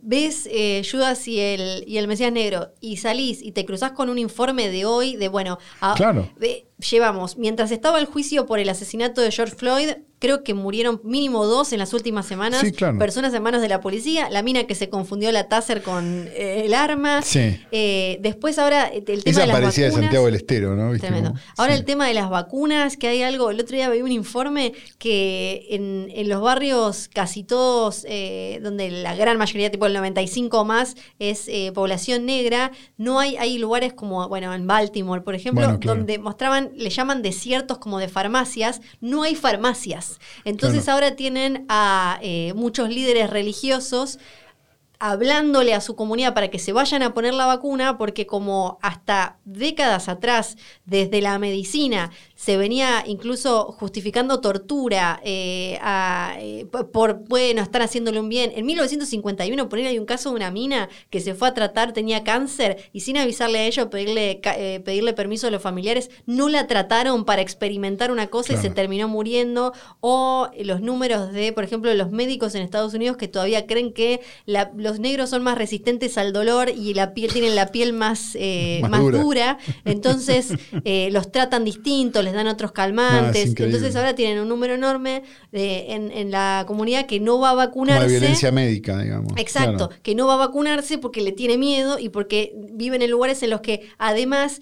ves eh, Judas y el, y el Mesías Negro y salís y te cruzás con un informe de hoy de, bueno, a- Claro. de- llevamos, mientras estaba el juicio por el asesinato de George Floyd, creo que murieron mínimo dos en las últimas semanas, Sí, claro. personas en manos de la policía, la mina que se confundió la taser con eh, el arma. Sí. Eh, después ahora eh, el tema Esa de las parecía de vacunas. Santiago del Estero, ¿no? ¿Viste Tremendo. cómo? Ahora Sí. el tema de las vacunas, que hay algo, el otro día vi un informe que en, en los barrios casi todos, eh, donde la gran mayoría, tipo el 95 o más, es eh, población negra, no hay, hay lugares como, bueno, en Baltimore, por ejemplo, Bueno, claro. donde mostraban, le llaman desiertos como de farmacias, no hay farmacias. Entonces Claro. ahora tienen a eh, muchos líderes religiosos hablándole a su comunidad para que se vayan a poner la vacuna, porque como hasta décadas atrás, desde la medicina, se venía incluso justificando tortura eh, a, eh, p- por, bueno, están haciéndole un bien. En 1951, por ahí hay un caso de una mina que se fue a tratar, tenía cáncer, y sin avisarle a ellos, pedirle, ca- eh, pedirle permiso a los familiares, no la trataron para experimentar una cosa y Claro. se terminó muriendo, o los números de, por ejemplo, los médicos en Estados Unidos que todavía creen que la- los negros son más resistentes al dolor y la piel tienen la piel más, eh, Más más dura. dura. entonces eh, los tratan distintos, les dan otros calmantes, Ah, increíble. entonces ahora tienen un número enorme de- en, en la comunidad que no va a Como de vacunarse. violencia médica, digamos. Exacto, Claro. que no va a vacunarse porque le tiene miedo y porque viven en lugares en los que además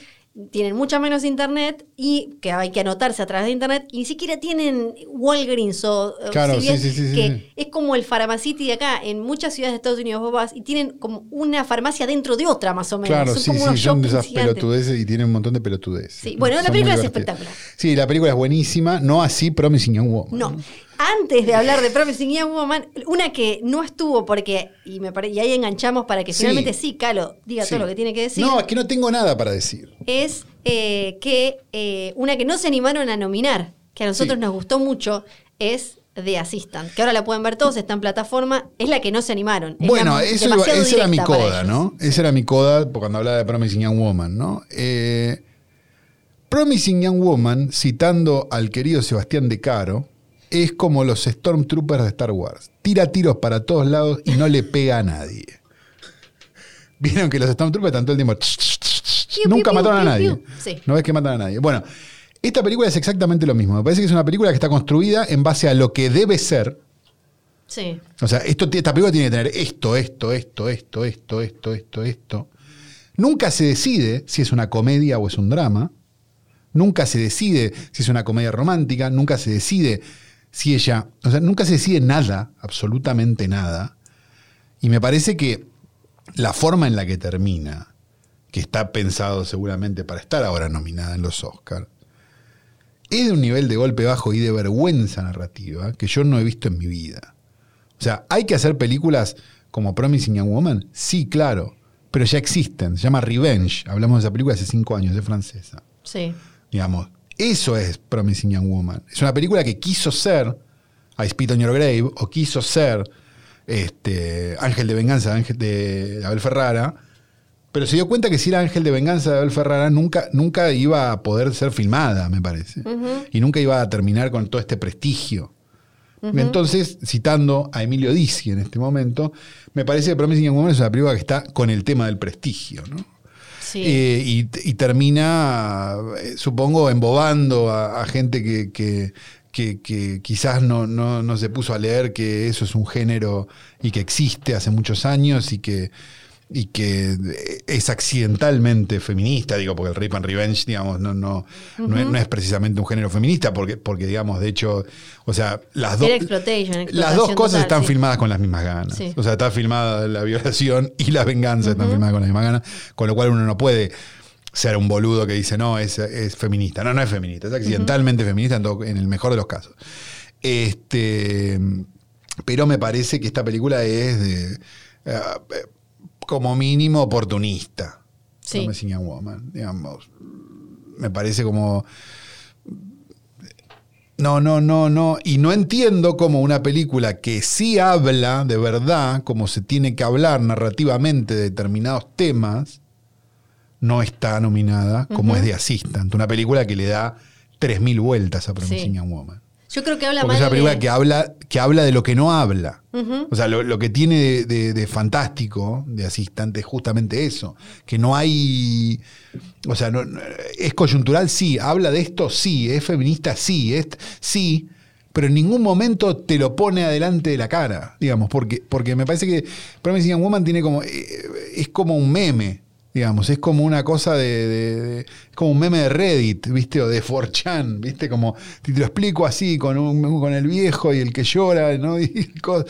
tienen mucha menos internet y que hay que anotarse a través de internet y ni siquiera tienen Walgreens o o Claro, CVS, sí, sí, sí, sí, que sí. es como el Pharmacity de acá, en muchas ciudades de Estados Unidos vos vas y tienen como una farmacia dentro de otra más o menos. Claro, Son sí, como sí, unos son de shoppings esas gigantes. pelotudeces y tienen un montón de pelotudeces. Sí, bueno, la Son muy película es divertidas. espectacular. Sí, la película es buenísima, no así Promising Young Woman. No. Antes de hablar de Promising Young Woman, una que no estuvo porque, y, me pare- y ahí enganchamos para que Sí. finalmente sí, Calo, diga Sí. todo lo que tiene que decir. No, es que no tengo nada para decir. es eh, que eh, una que no se animaron a nominar, que a nosotros Sí. nos gustó mucho, es The Assistant, que ahora la pueden ver todos, está en plataforma, es la que no se animaron. Es Bueno, la- eso iba- demasiado esa era mi directa para coda, ellos. ¿no? Esa era mi coda cuando hablaba de Promising Young Woman, ¿no? Eh, Promising Young Woman, citando al querido Sebastián De Caro, es como los Stormtroopers de Star Wars. Tira tiros para todos lados y no le pega a nadie. Vieron que los Stormtroopers están todo el tiempo. "Ch, ch, ch, ch". Piu, Nunca piu, mataron a piu, nadie. piu. Sí. No ves que matan a nadie. Bueno, esta película es exactamente lo mismo. Me parece que es una película que está construida en base a lo que debe ser Sí. O sea, esto, esta película tiene que tener esto, esto, esto, esto, esto, esto, esto, esto. Nunca se decide si es una comedia o es un drama. Nunca se decide si es una comedia romántica. Nunca se decide si ella. O sea, nunca se decide nada, absolutamente nada. Y me parece que la forma en la que termina, que está pensado seguramente para estar ahora nominada en los Oscars, es de un nivel de golpe bajo y de vergüenza narrativa que yo no he visto en mi vida. O sea, ¿hay que hacer películas como Promising Young Woman? Sí, claro. Pero ya existen. Se llama Revenge. Hablamos de esa película hace cinco años, es francesa. Sí. Digamos, eso es Promising Young Woman. Es una película que quiso ser I Spit on Your Grave o quiso ser este, Ángel de Venganza Ángel de Abel Ferrara, pero se dio cuenta que si era Ángel de Venganza de Abel Ferrara nunca, nunca iba a poder ser filmada, me parece. Y nunca iba a terminar con todo este prestigio. Entonces, citando a Emilio Dizzi en este momento, me parece que Promising Young Woman es una película que está con el tema del prestigio, ¿no? Sí. Eh, y, y termina, eh, supongo, embobando a, a gente que, que- que- que quizás no, no- no se puso a leer que eso es un género y que existe hace muchos años y que, y que eh, es accidentalmente feminista, digo, porque el Rape and Revenge, digamos, no, no, no, es, no es precisamente un género feminista, porque, porque digamos, de hecho, o sea, las dos... Era exploitation, Las explotación dos cosas total, están sí. filmadas con las mismas ganas. Sí. O sea, está filmada la violación y la venganza están filmadas con las mismas ganas, con lo cual uno no puede ser un boludo que dice, no, es, es feminista. No, no es feminista, es accidentalmente feminista en, todo- en el mejor de los casos. Este, pero me parece que esta película es de, eh, como mínimo oportunista. Sí. Promising Young Woman, digamos. Me parece como... No, no, no, no. Y no entiendo cómo una película que sí habla de verdad, como se tiene que hablar narrativamente de determinados temas, no está nominada como es de Assistant. Una película que le da 3.000 vueltas a Promising Sí. Young Woman. Yo creo que habla Porque es mal una película de- que habla, que habla de lo que no habla. Ujú. O sea, lo, lo que tiene de, de- de fantástico de asistente es justamente eso. Que no hay. O sea, no- no- es coyuntural, sí. Habla de esto, sí. Es feminista, sí. Es, sí. Pero en ningún momento te lo pone adelante de la cara, digamos. Porque, porque me parece que Promising Young Woman tiene como. eh, Es como un meme. Digamos, es como una cosa de, de- de- Es como un meme de Reddit, ¿viste? O de 4chan, ¿viste? Como. Te lo explico así, con, un- con el viejo y el que llora, ¿no? Y cosas.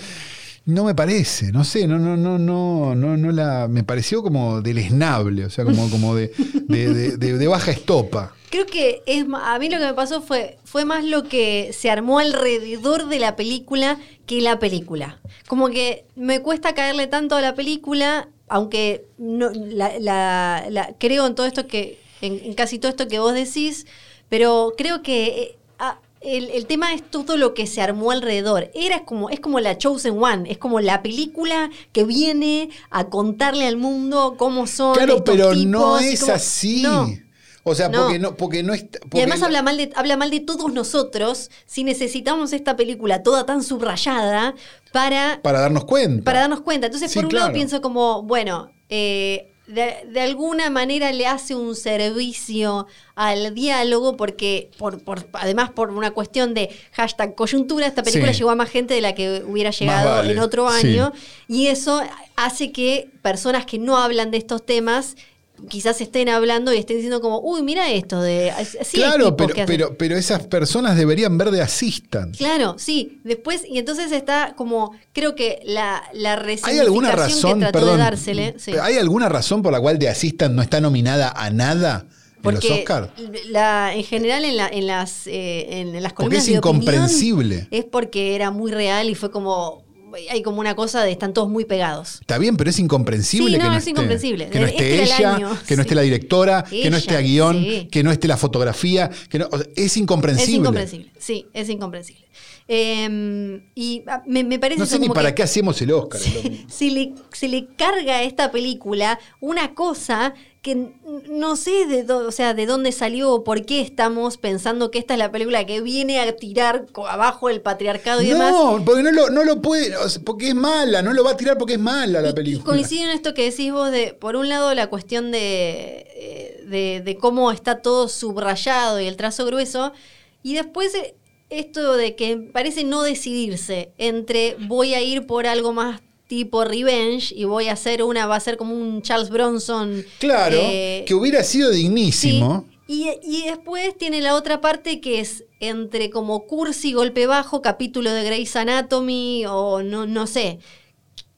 No me parece, no sé, no, no, no, no, no, no la. Me pareció como deleznable, o sea, como, como de, de- de- de- de baja estopa. Creo que es ma- a mí lo que me pasó fue fue más lo que se armó alrededor de la película que la película. Como que me cuesta caerle tanto a la película, aunque no la, la- la- creo en todo esto que en, en casi todo esto que vos decís, pero creo que eh, ah, el, el tema es todo lo que se armó alrededor. Era como, es como la Chosen One, es como la película que viene a contarle al mundo cómo son. Claro, estos pero no tipos y es cómo- así. No. O sea, No. porque no, porque no está. Y porque además la- habla mal, de, habla mal de todos nosotros si necesitamos esta película toda tan subrayada para, para darnos cuenta. para darnos cuenta. Entonces, Sí, por un claro. lado pienso como, bueno, eh, de, de alguna manera le hace un servicio al diálogo porque, por, por- además por una cuestión de hashtag coyuntura, esta película Sí. llegó a más gente de la que hubiera llegado vale, en otro sí. año. Y eso hace que personas que no hablan de estos temas quizás estén hablando y estén diciendo como, uy, mira esto de... sí hay claro, tipos pero, que hacen- pero, pero esas personas deberían ver de asistan. Claro, sí. Después, y entonces está como, creo que la, la ¿Hay alguna resignificación razón, que trató perdón, de dársele. sí. ¿Hay alguna razón por la cual The Assistant no está nominada a nada en Porque los Oscars? la- en general en, la- en las, eh, en las Porque columnas es de opinión, incomprensible. es porque era muy real y fue como, hay como una cosa de están todos muy pegados. Está bien, pero es incomprensible. Sí, que no, no, es esté, incomprensible. Que no Este esté era el ella, año, que no sí. esté la directora, que no Ella, esté a guión, sí. que no esté la fotografía. Que no- o sea, es incomprensible. Es incomprensible, sí, es incomprensible. Eh, y ah, me, me parece No eso sé ni como para que- qué hacemos el Oscar. loco. se, se le, se le carga a esta película una cosa que n- no sé de, dó- o sea, de dónde salió o por qué estamos pensando que esta es la película que viene a tirar co- abajo el patriarcado y demás. No, porque no lo, no lo puede, o sea, porque es mala, no lo va a tirar porque es mala Y- la y película. coincido en esto que decís vos de, por un lado, la cuestión de, eh, de, de cómo está todo subrayado y el trazo grueso, y después eh, esto de que parece no decidirse entre voy a ir por algo más tipo revenge y voy a hacer una, va a ser como un Charles Bronson. Claro, eh, que hubiera sido dignísimo. Sí. Y, y después tiene la otra parte que es entre como cursi, golpe bajo, capítulo de Grey's Anatomy o no, no sé.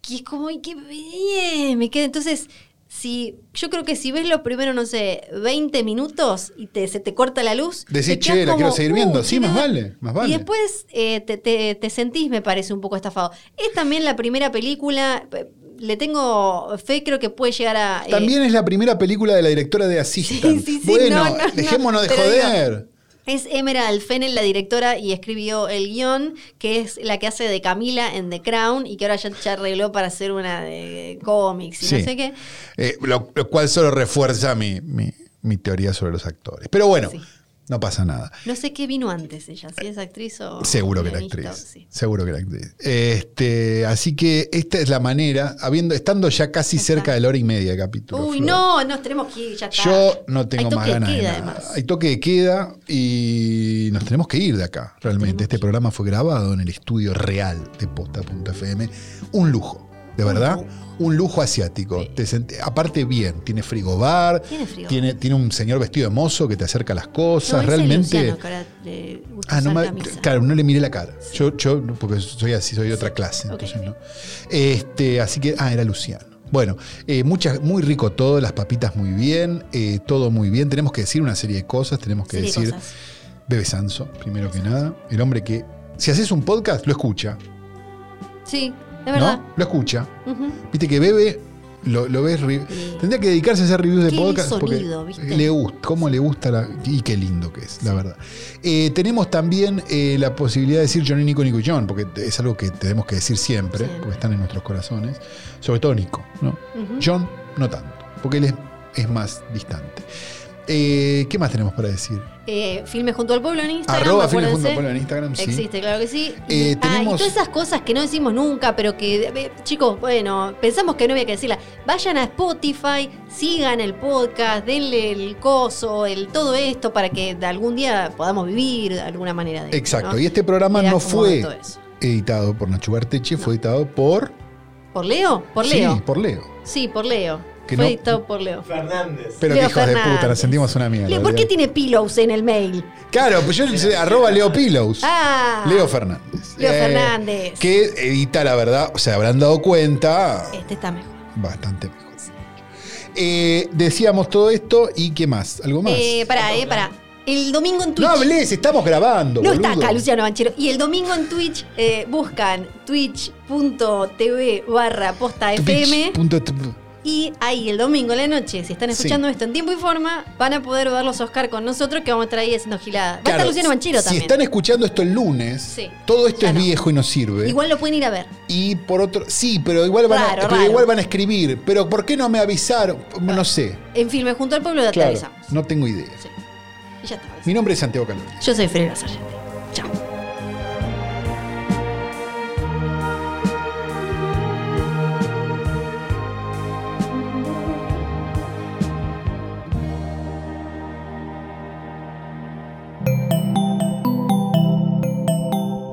Que es como, ay, qué bien, me queda. Entonces, si, yo creo que si ves los primeros, no sé, 20 minutos y te, se te corta la luz. Decís, te quedas "Che, la quiero seguir viendo". "Uh, Sí, más mira". vale, más vale. Y después eh, te, te- te sentís, me parece, un poco estafado. Es también la primera película, eh, le tengo fe, creo que puede llegar a... eh, También es la primera película de la directora de Assistant. Sí, sí, sí, bueno, no, no, no, dejémonos de pero digo, joder. Es Emerald Fennel, la directora, y escribió el guión, que es la que hace de Camila en The Crown, y que ahora ya, ya arregló para hacer una de cómics y Sí. no sé qué. Eh, lo, lo cual solo refuerza mi, mi- mi teoría sobre los actores. Pero bueno, Sí. no pasa nada. No sé qué vino antes ella, si es actriz o... Seguro que la guionista, actriz. sí. Seguro que la actriz. Este, así que esta es la manera, habiendo, estando ya casi Ya está. cerca de la hora y media de capítulo. Uy, Flor. no, nos tenemos que ir, ya está. Yo no tengo Hay toque más de ganas. de queda, nada. además. Hay toque de queda y nos tenemos que ir de acá, realmente. Este programa fue grabado en el estudio real de posta.fm. Un lujo, de verdad. Un lujo asiático. Te sent- aparte bien, tiene frigobar, Tiene frigobar. tiene, tiene un señor vestido de mozo que te acerca las cosas. No, ese realmente... Luciano, que ahora le gusta Ah, no usar me- camisa. claro, no le miré la cara. Yo, yo, porque soy así, soy de otra clase, Ok. entonces no. Este, así que, ah, era Luciano. Bueno, eh, muchas, muy rico todo, las papitas muy bien, eh, todo muy bien. Tenemos que decir una serie de cosas, tenemos que Serie de decir cosas. Bebe Sanso, primero que nada, el hombre que, si haces un podcast, lo escucha, Sí, es verdad. ¿no? Lo escucha. Ujú. Viste que Bebe lo, lo ves. re- Sí. Tendría que dedicarse a hacer reviews de Tiene podcast. sonido, porque ¿viste? Le gusta, cómo le gusta la- y qué lindo que es, la verdad. Eh, tenemos también eh, la posibilidad de decir Johnny, Nico, Nico y John, porque es algo que tenemos que decir siempre, Siempre. porque están en nuestros corazones. Sobre todo Nico, ¿no? Ujú. John, no tanto, porque él es, es más distante. Eh, ¿Qué más tenemos para decir? Eh, filme junto al pueblo en Instagram. Arroba Filmes acuérdense. Junto al Pueblo en Instagram, sí. Existe, claro que sí. Y- Eh, ah, y tenemos- todas esas cosas que no decimos nunca, pero que, eh, chicos, bueno, pensamos que no había que decirla. Vayan a Spotify, sigan el podcast, denle el coso, el todo esto, para que de algún día podamos vivir de alguna manera de esto, Exacto, ¿no? y este programa Era no como fue todo eso. editado por Nacho Barteche, fue editado por... ¿Por Leo? Por Leo. Sí, por Leo. Sí, por Leo. Que fue no- editado por Leo. Fernández. Pero Leo qué hijos de puta, nos Fernández. sentimos una mierda. Leo, ¿por qué tiene pillows en el mail? Claro, pues yo le hice arroba Leo Pillows. Ah. Leo Fernández. Eh, Leo Fernández. Que edita, la verdad, o sea, habrán dado cuenta, Este está mejor. bastante mejor. Eh, decíamos todo esto y ¿qué más? ¿Algo más? Eh, pará, eh, pará. El domingo en Twitch. no hables, estamos grabando. No boludo. está acá Luciano Banchero. Y el domingo en Twitch eh, buscan twitch.tv barra posta FM. Twitch punto t- Y ahí el domingo en la noche, si están escuchando esto en tiempo y forma, van a poder ver los Oscar con nosotros que vamos a estar ahí haciendo gilada. Va a estar Claro, Luciano Banchero si también. están escuchando esto el lunes, Sí, todo esto ya es no. viejo y no sirve. Igual lo pueden ir a ver. Y por otro, sí, pero igual van, Raro, a, pero raro. igual van a escribir. Pero ¿por qué no me avisaron? No sé. En filme junto al pueblo de Claro, avisamos. no tengo idea. Sí. Y ya está. Mi nombre es Santiago Calori. Yo soy Ferreira Sargenti. Chao.